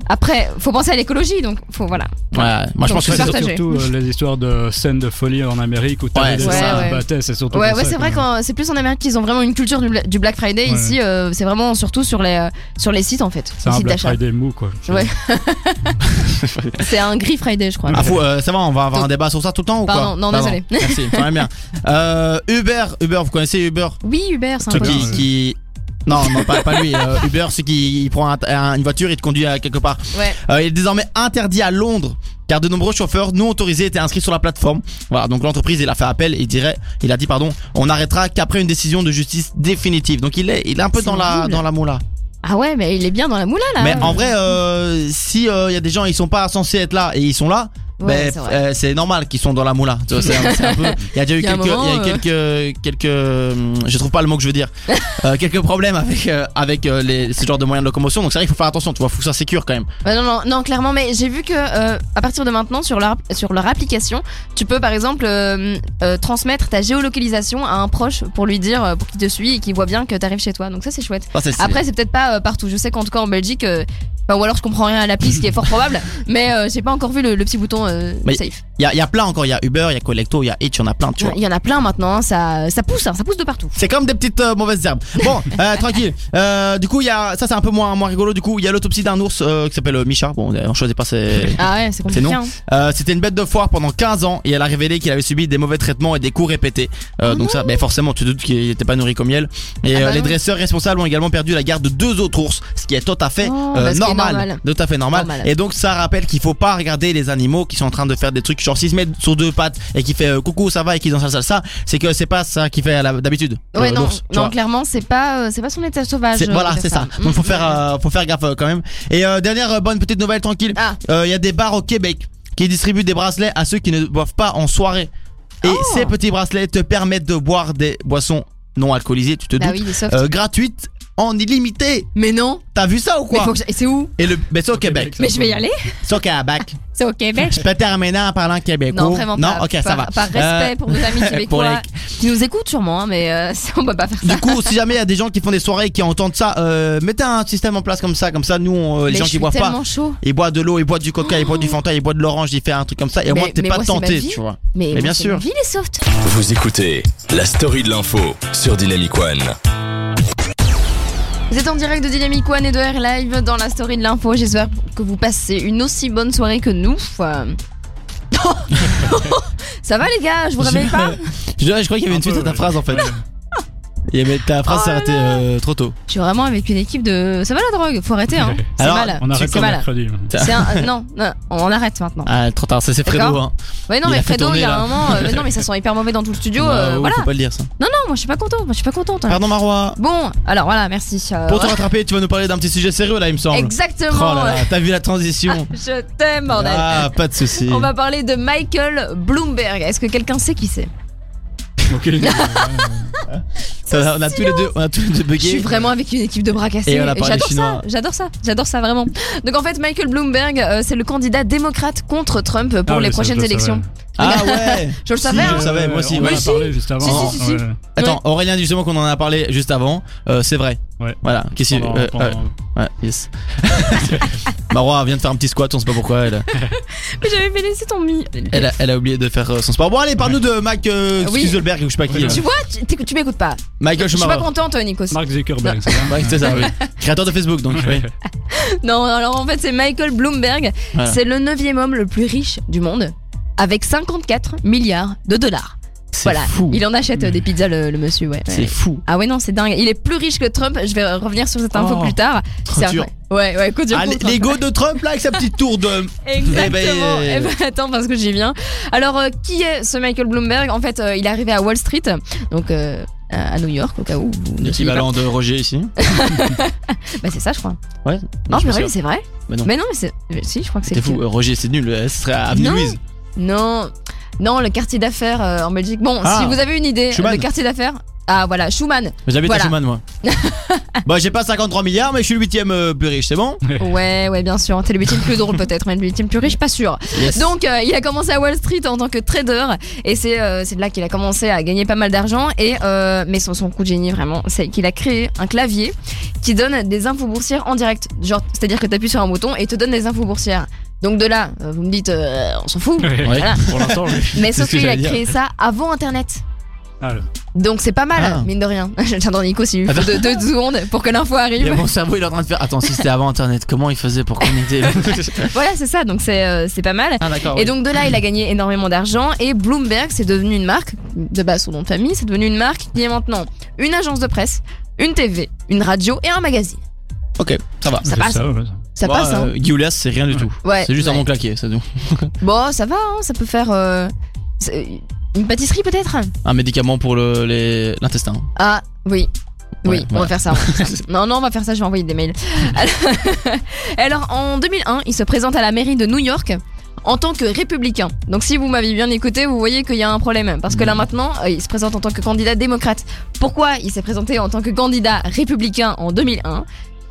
Speaker 2: après, faut penser à l'écologie, donc faut voilà.
Speaker 3: Ouais, moi je
Speaker 2: Donc,
Speaker 3: pense que
Speaker 2: c'est
Speaker 3: c'est
Speaker 2: partagé.
Speaker 4: surtout euh, les histoires de scènes de folie en Amérique où
Speaker 3: Ouais,
Speaker 4: t'avais des
Speaker 2: ouais,
Speaker 4: gens qui
Speaker 2: ouais.
Speaker 4: se battaient, c'est surtout
Speaker 2: Ouais,
Speaker 4: pour
Speaker 2: ouais,
Speaker 4: ça
Speaker 2: c'est
Speaker 4: que-
Speaker 2: vrai que c'est plus en Amérique qu'ils ont vraiment une culture du, Bla- du Black Friday.
Speaker 4: Ouais.
Speaker 2: Ici, euh, c'est vraiment surtout sur les euh, sur les sites en fait,
Speaker 4: C'est
Speaker 2: les
Speaker 4: un
Speaker 2: sites
Speaker 4: Black
Speaker 2: d'achat.
Speaker 4: Friday mou quoi.
Speaker 2: Ouais. C'est un gris Friday, je crois.
Speaker 3: Ah, faut, euh, ça va, on va avoir un débat sur ça tout le temps ou
Speaker 2: Pardon,
Speaker 3: quoi
Speaker 2: non, désolé.
Speaker 3: Merci, quand même bien. Euh, Uber, Uber, vous connaissez Uber
Speaker 2: Oui, Uber, c'est un
Speaker 3: Truc
Speaker 2: peu.
Speaker 4: Uber,
Speaker 3: qui,
Speaker 4: ouais.
Speaker 3: qui- Non, non, pas, pas lui. euh, Uber, c'est qui il prend un- un- une voiture et te conduit à quelque part.
Speaker 2: Ouais.
Speaker 3: Euh, il est désormais interdit à Londres car de nombreux chauffeurs non autorisés étaient inscrits sur la plateforme. Voilà, donc l'entreprise il a fait appel et il dirait, il a dit pardon, on arrêtera qu'après une décision de justice définitive. Donc il est, il est un peu
Speaker 2: C'est
Speaker 3: dans la
Speaker 2: horrible.
Speaker 3: dans la moula.
Speaker 2: Ah ouais, mais il est bien dans la moula là.
Speaker 3: Mais en vrai, euh, si euh, il y a des gens ils sont pas censés être là et ils sont là.
Speaker 2: Ouais,
Speaker 3: ben,
Speaker 2: c'est vrai.
Speaker 3: euh, c'est normal qu'ils sont dans la moula. Tu vois, c'est un- c'est un peu- Il y a déjà eu
Speaker 2: Il y a un
Speaker 3: quelques, il y a eu
Speaker 2: moment, euh.
Speaker 3: quelques, quelques, hum, je trouve pas le mot que je veux dire, Euh, quelques problèmes avec euh, avec euh, les, ce genre de moyens de locomotion. Donc c'est vrai qu'il faut faire attention. Tu vois, faut que ça sécure quand même.
Speaker 2: Ouais, Bah, non, non, non, clairement, mais j'ai vu que euh, à partir de maintenant, sur leur, sur leur application, tu peux par exemple euh, euh, transmettre ta géolocalisation à un proche pour lui dire, euh, pour qu'il te suit et qu'il voit bien que t'arrives chez toi. Donc ça, c'est chouette.
Speaker 3: Enfin, c'est- c'est-
Speaker 2: Après, c'est peut-être pas euh, partout. Je sais qu'en tout cas en Belgique, euh, enfin, ou alors je comprends rien à l'appli, ce qui est fort probable, mais euh, j'ai pas encore vu le, le petit bouton euh,
Speaker 3: Mais-
Speaker 2: safe.
Speaker 3: Il y a, il y a plein encore, il y a Uber, il y a Collecto, il y a Itch, il y en a plein, tu vois.
Speaker 2: Il y en a plein maintenant, hein, ça, ça pousse, hein, ça pousse de partout.
Speaker 3: C'est comme des petites euh, mauvaises herbes. Bon, euh, tranquille. Euh, du coup, il y a ça, c'est un peu moins, moins rigolo. Du coup, il y a l'autopsie d'un ours euh, qui s'appelle euh, Micha. Bon, on choisit pas ses.
Speaker 2: Ah ouais, c'est
Speaker 3: C'est
Speaker 2: compliqué.
Speaker 3: non. Euh, C'était une bête de foire pendant 15 ans et elle a révélé qu'il avait subi des mauvais traitements et des coups répétés. Euh, donc ça, ben forcément, tu te doutes qu'il n'était pas nourri comme miel. Et
Speaker 2: Ah bah
Speaker 3: euh, les
Speaker 2: oui.
Speaker 3: dresseurs responsables ont également perdu la garde de deux autres ours, ce qui est tout à fait
Speaker 2: Oh,
Speaker 3: euh,
Speaker 2: bah, ce qui est
Speaker 3: normal,
Speaker 2: normal.
Speaker 3: tout à fait normal.
Speaker 2: Normal.
Speaker 3: Et donc ça rappelle qu'il faut pas regarder les animaux qui sont en train de faire des trucs genre s'ils se mettent sur deux pattes et qui fait euh, coucou ça va et qui dans sa ça, ça, c'est que c'est pas ça qu'il fait à la- d'habitude.
Speaker 2: hein. Ouais,
Speaker 3: euh,
Speaker 2: non,
Speaker 3: l'ours, tu
Speaker 2: non,
Speaker 3: vois.
Speaker 2: clairement, c'est pas, euh, c'est pas son état sauvage.
Speaker 3: C'est-
Speaker 2: euh,
Speaker 3: Voilà,
Speaker 2: de
Speaker 3: c'est ça.
Speaker 2: Mm.
Speaker 3: Donc faut faire, euh, faut faire gaffe euh, quand même. Et euh, dernière euh, bonne petite nouvelle tranquille.
Speaker 2: Ah.
Speaker 3: Euh, Il y a des bars au Québec qui distribuent des bracelets à ceux qui ne boivent pas en soirée. Et
Speaker 2: Oh.
Speaker 3: ces petits bracelets te permettent de boire des boissons non alcoolisées, tu te
Speaker 2: Bah
Speaker 3: doutes,
Speaker 2: oui, des softs.
Speaker 3: euh, gratuites en illimité.
Speaker 2: Mais non,
Speaker 3: T'as vu ça ou
Speaker 2: mais
Speaker 3: quoi
Speaker 2: faut que je- et c'est où
Speaker 3: Et le, mais c'est au Québec.
Speaker 2: Mais je vais y aller.
Speaker 3: C'est au Québec.
Speaker 2: C'est au Québec.
Speaker 3: je peux terminer en parlant québécois.
Speaker 2: Non, vraiment pas.
Speaker 3: Non, ok, ça
Speaker 2: par,
Speaker 3: va.
Speaker 2: Par respect
Speaker 3: Euh,
Speaker 2: pour nos amis québécois
Speaker 3: les-
Speaker 2: qui nous écoutent sûrement, hein, mais euh, ça, on peut pas faire ça.
Speaker 3: Du coup, si jamais il y a des gens qui font des soirées et qui entendent ça, euh, mettez un système en place comme ça, comme ça, nous, on- euh, les
Speaker 2: Mais je
Speaker 3: gens qui
Speaker 2: suis
Speaker 3: boivent pas,
Speaker 2: tellement chaud.
Speaker 3: Il boit de l'eau, il boit du coca, il boit du fanta, il boit de l'orange, il fait un truc comme ça. Et au
Speaker 2: Mais-
Speaker 3: moins, t'es
Speaker 2: mais
Speaker 3: pas
Speaker 2: moi, c'est ma
Speaker 3: tenté,
Speaker 2: vie.
Speaker 3: tu vois.
Speaker 2: Mais,
Speaker 3: bien
Speaker 2: moi, c'est
Speaker 3: sûr.
Speaker 2: ma vie, les softs.
Speaker 1: Vous écoutez la story de l'info sur Dynamic One.
Speaker 2: Vous êtes en direct de Dynamic One et de Air Live dans la story de l'info. J'espère que vous passez une aussi bonne soirée que nous. Euh, ça va les gars, je vous réveille pas
Speaker 3: Je, je crois qu'il y avait
Speaker 4: Un
Speaker 3: une suite
Speaker 4: peu,
Speaker 3: à ta
Speaker 4: ouais.
Speaker 3: phrase en fait. Et mais ta phrase
Speaker 2: Oh
Speaker 3: s'est
Speaker 2: là
Speaker 3: arrêtée euh, trop tôt.
Speaker 2: Je suis vraiment avec une équipe de... Ça va la drogue, faut arrêter hein. C'est
Speaker 3: Alors,
Speaker 2: mal.
Speaker 4: On arrête
Speaker 2: C'est
Speaker 4: le
Speaker 2: mal.
Speaker 4: mercredi.
Speaker 2: C'est un- euh, non, non, on arrête maintenant.
Speaker 3: Ah, trop tard, ça c'est Fredo.
Speaker 2: D'accord.
Speaker 3: Hein.
Speaker 2: Ouais, non,
Speaker 3: Il a
Speaker 2: mais
Speaker 3: fait
Speaker 2: Fredo,
Speaker 3: tourner,
Speaker 2: il y a
Speaker 3: là.
Speaker 2: un moment. euh, mais non, mais ça sent hyper mauvais dans tout le studio.
Speaker 3: Bah,
Speaker 2: euh,
Speaker 3: ouais,
Speaker 2: voilà.
Speaker 3: Faut pas le dire ça.
Speaker 2: Non, non, moi je suis pas contente. Moi je suis pas contente. hein.
Speaker 3: Pardon, Marois.
Speaker 2: Bon, alors voilà, merci. euh,
Speaker 3: Pour te
Speaker 2: voilà.
Speaker 3: rattraper, tu vas nous parler d'un petit sujet sérieux là, il me semble.
Speaker 2: Exactement.
Speaker 3: Oh là là, t'as vu la transition
Speaker 2: Je t'aime, bordel.
Speaker 3: Ah, pas de soucis.
Speaker 2: On va parler de Michael Bloomberg. Est-ce que quelqu'un sait qui c'est
Speaker 4: Ok.
Speaker 3: Ça, on, a tous les deux, on a tous les deux
Speaker 2: Je suis
Speaker 3: bugué.
Speaker 2: vraiment avec une équipe de bras cassés.
Speaker 3: Et on a parlé
Speaker 2: J'adore
Speaker 3: chinois.
Speaker 2: ça, j'adore ça, j'adore ça vraiment. Donc en fait, Michael Bloomberg, euh, c'est le candidat démocrate contre Trump pour
Speaker 4: Ah,
Speaker 2: les
Speaker 4: mais ça, je
Speaker 2: prochaines
Speaker 4: le
Speaker 2: élections.
Speaker 3: Ah ouais
Speaker 2: Je le
Speaker 3: Si,
Speaker 2: savais.
Speaker 3: je
Speaker 2: hein.
Speaker 3: le savais, moi aussi,
Speaker 4: On en
Speaker 2: Mais
Speaker 4: a
Speaker 2: si.
Speaker 4: parlé juste avant.
Speaker 2: Si, si, si, si.
Speaker 4: ouais.
Speaker 3: Attends, Aurélien, justement, qu'on en a parlé juste avant, euh, c'est vrai.
Speaker 4: Ouais.
Speaker 3: Voilà, qu'est-ce que.
Speaker 4: Pendant-
Speaker 3: euh, euh,
Speaker 4: pendant-
Speaker 3: Ouais, yes. Marois vient de faire un petit squat, on sait pas pourquoi. Elle a,
Speaker 2: Mais j'avais fait laisser ton mi.
Speaker 3: elle a- elle a oublié de faire euh, son sport. Bon, allez, parle-nous de Mike euh,
Speaker 2: Oui.
Speaker 3: Zuckerberg ou je sais pas qui.
Speaker 4: Oui.
Speaker 2: Tu
Speaker 3: euh,
Speaker 2: vois, tu, t'écoutes- tu m'écoutes pas.
Speaker 3: Michael
Speaker 2: Je suis pas
Speaker 3: Schumacher.
Speaker 2: contente, euh, Nikos.
Speaker 4: Mark Zuckerberg, c'est ça
Speaker 3: Ouais, c'est ça, oui. Créateur de Facebook, donc. oui.
Speaker 2: Non, alors en fait, c'est Michael Bloomberg.
Speaker 3: Voilà.
Speaker 2: C'est le neuvième homme le plus riche du monde, avec 54 milliards de dollars.
Speaker 3: C'est
Speaker 2: Voilà,
Speaker 3: fou.
Speaker 2: il en achète euh, des pizzas, le, le monsieur, ouais.
Speaker 3: C'est
Speaker 2: ouais.
Speaker 3: fou.
Speaker 2: Ah ouais, non, c'est dingue. Il est plus riche que Trump. Je vais euh, revenir sur cette info
Speaker 3: Oh,
Speaker 2: plus tard.
Speaker 3: trop
Speaker 2: C'est
Speaker 3: dur.
Speaker 2: incroyable. Ouais, ouais, coup dur
Speaker 3: Ah,
Speaker 2: contre Trump.
Speaker 3: L'ego de Trump là avec sa petite tour de. Eh ben,
Speaker 2: Exactement.
Speaker 3: euh,
Speaker 2: Eh ben, attends, parce que j'y viens. Alors, euh, qui est ce Michael Bloomberg En fait, euh, il est arrivé à Wall Street, donc euh, à à New York, au cas où. vous ne suivez pas.
Speaker 3: L'équivalent de Roger ici.
Speaker 2: Bah, c'est ça, je crois.
Speaker 3: Ouais.
Speaker 2: Non,
Speaker 3: je
Speaker 2: mais
Speaker 3: pense
Speaker 2: oui,
Speaker 3: que-
Speaker 2: c'est vrai.
Speaker 3: Mais non.
Speaker 2: Mais non, mais c'est. mais Si, je crois que c'est.
Speaker 3: T'es
Speaker 2: le
Speaker 3: fou.
Speaker 2: cas.
Speaker 3: euh, Roger, c'est nul. euh, Ce serait à Avenue
Speaker 2: Non.
Speaker 3: Louise.
Speaker 2: Non, non, le quartier d'affaires euh, en Belgique. Bon,
Speaker 3: Ah,
Speaker 2: si vous avez une idée,
Speaker 3: Schumann.
Speaker 2: le quartier d'affaires. Ah voilà, Schumann.
Speaker 3: Mais J'habite à
Speaker 2: Voilà.
Speaker 3: Schumann, moi. bah, j'ai pas 53 milliards, mais je suis le 8ème plus riche, c'est bon
Speaker 2: Ouais, ouais, bien sûr. T'es le métier le plus drôle peut-être, mais le métier le plus riche, pas sûr.
Speaker 3: Yes.
Speaker 2: Donc, euh, il a commencé à Wall Street en tant que trader, et c'est euh, c'est de là qu'il a commencé à gagner pas mal d'argent. Et euh, mais son, son coup de génie vraiment, c'est qu'il a créé un clavier qui donne des infos boursières en direct. Genre, c'est-à-dire que t'appuies sur un bouton et il te donne des infos boursières. Donc de là, euh, vous me dites, euh, on s'en fout.
Speaker 4: Ouais.
Speaker 2: Voilà.
Speaker 4: Pour l'instant, oui.
Speaker 2: Mais
Speaker 3: C'est ce
Speaker 2: sauf
Speaker 3: que
Speaker 2: qu'il a
Speaker 3: j'allais dire.
Speaker 2: créé ça avant Internet.
Speaker 4: Ah, le-
Speaker 2: Donc c'est pas mal,
Speaker 3: Ah.
Speaker 2: mine de rien. J'attends Nico s'il lui faut deux, deux secondes pour que l'info
Speaker 3: Il y a
Speaker 2: arrive.
Speaker 3: mon cerveau, il est en train de faire. Attends, si c'était avant internet, comment il faisait pour connecter
Speaker 2: Voilà, c'est ça, donc c'est euh, c'est pas mal.
Speaker 3: Ah, d'accord.
Speaker 2: Et donc de là, il a gagné énormément d'argent et Bloomberg, c'est devenu une marque, de base son nom de famille, c'est devenu une marque qui est maintenant une agence de presse, une TV, une radio et un magazine.
Speaker 3: Ok, ça va.
Speaker 2: Ça
Speaker 4: C'est
Speaker 2: passe.
Speaker 4: ouais, ça.
Speaker 2: Ça
Speaker 3: Moi,
Speaker 2: passe, hein
Speaker 3: euh, Guy Oulias, c'est rien du tout.
Speaker 2: Ouais.
Speaker 3: c'est juste un
Speaker 2: ouais.
Speaker 3: bon claqué, c'est tout.
Speaker 2: Bon, ça va, hein, ça peut faire. euh, c'est- une pâtisserie peut-être
Speaker 3: Un médicament pour le- les- l'intestin.
Speaker 2: Ah, oui. Oui,
Speaker 3: Ouais,
Speaker 2: on va
Speaker 3: voilà.
Speaker 2: faire ça. non, non, on va faire ça, je vais envoyer des mails. Alors, en 2001, il se présente à la mairie de New York en tant que républicain. Donc, si vous m'avez bien écouté, vous voyez qu'il y a un problème. Parce que
Speaker 3: Mm.
Speaker 2: là, maintenant, euh, il se présente en tant que candidat démocrate. Pourquoi il s'est présenté en tant que candidat républicain en 2001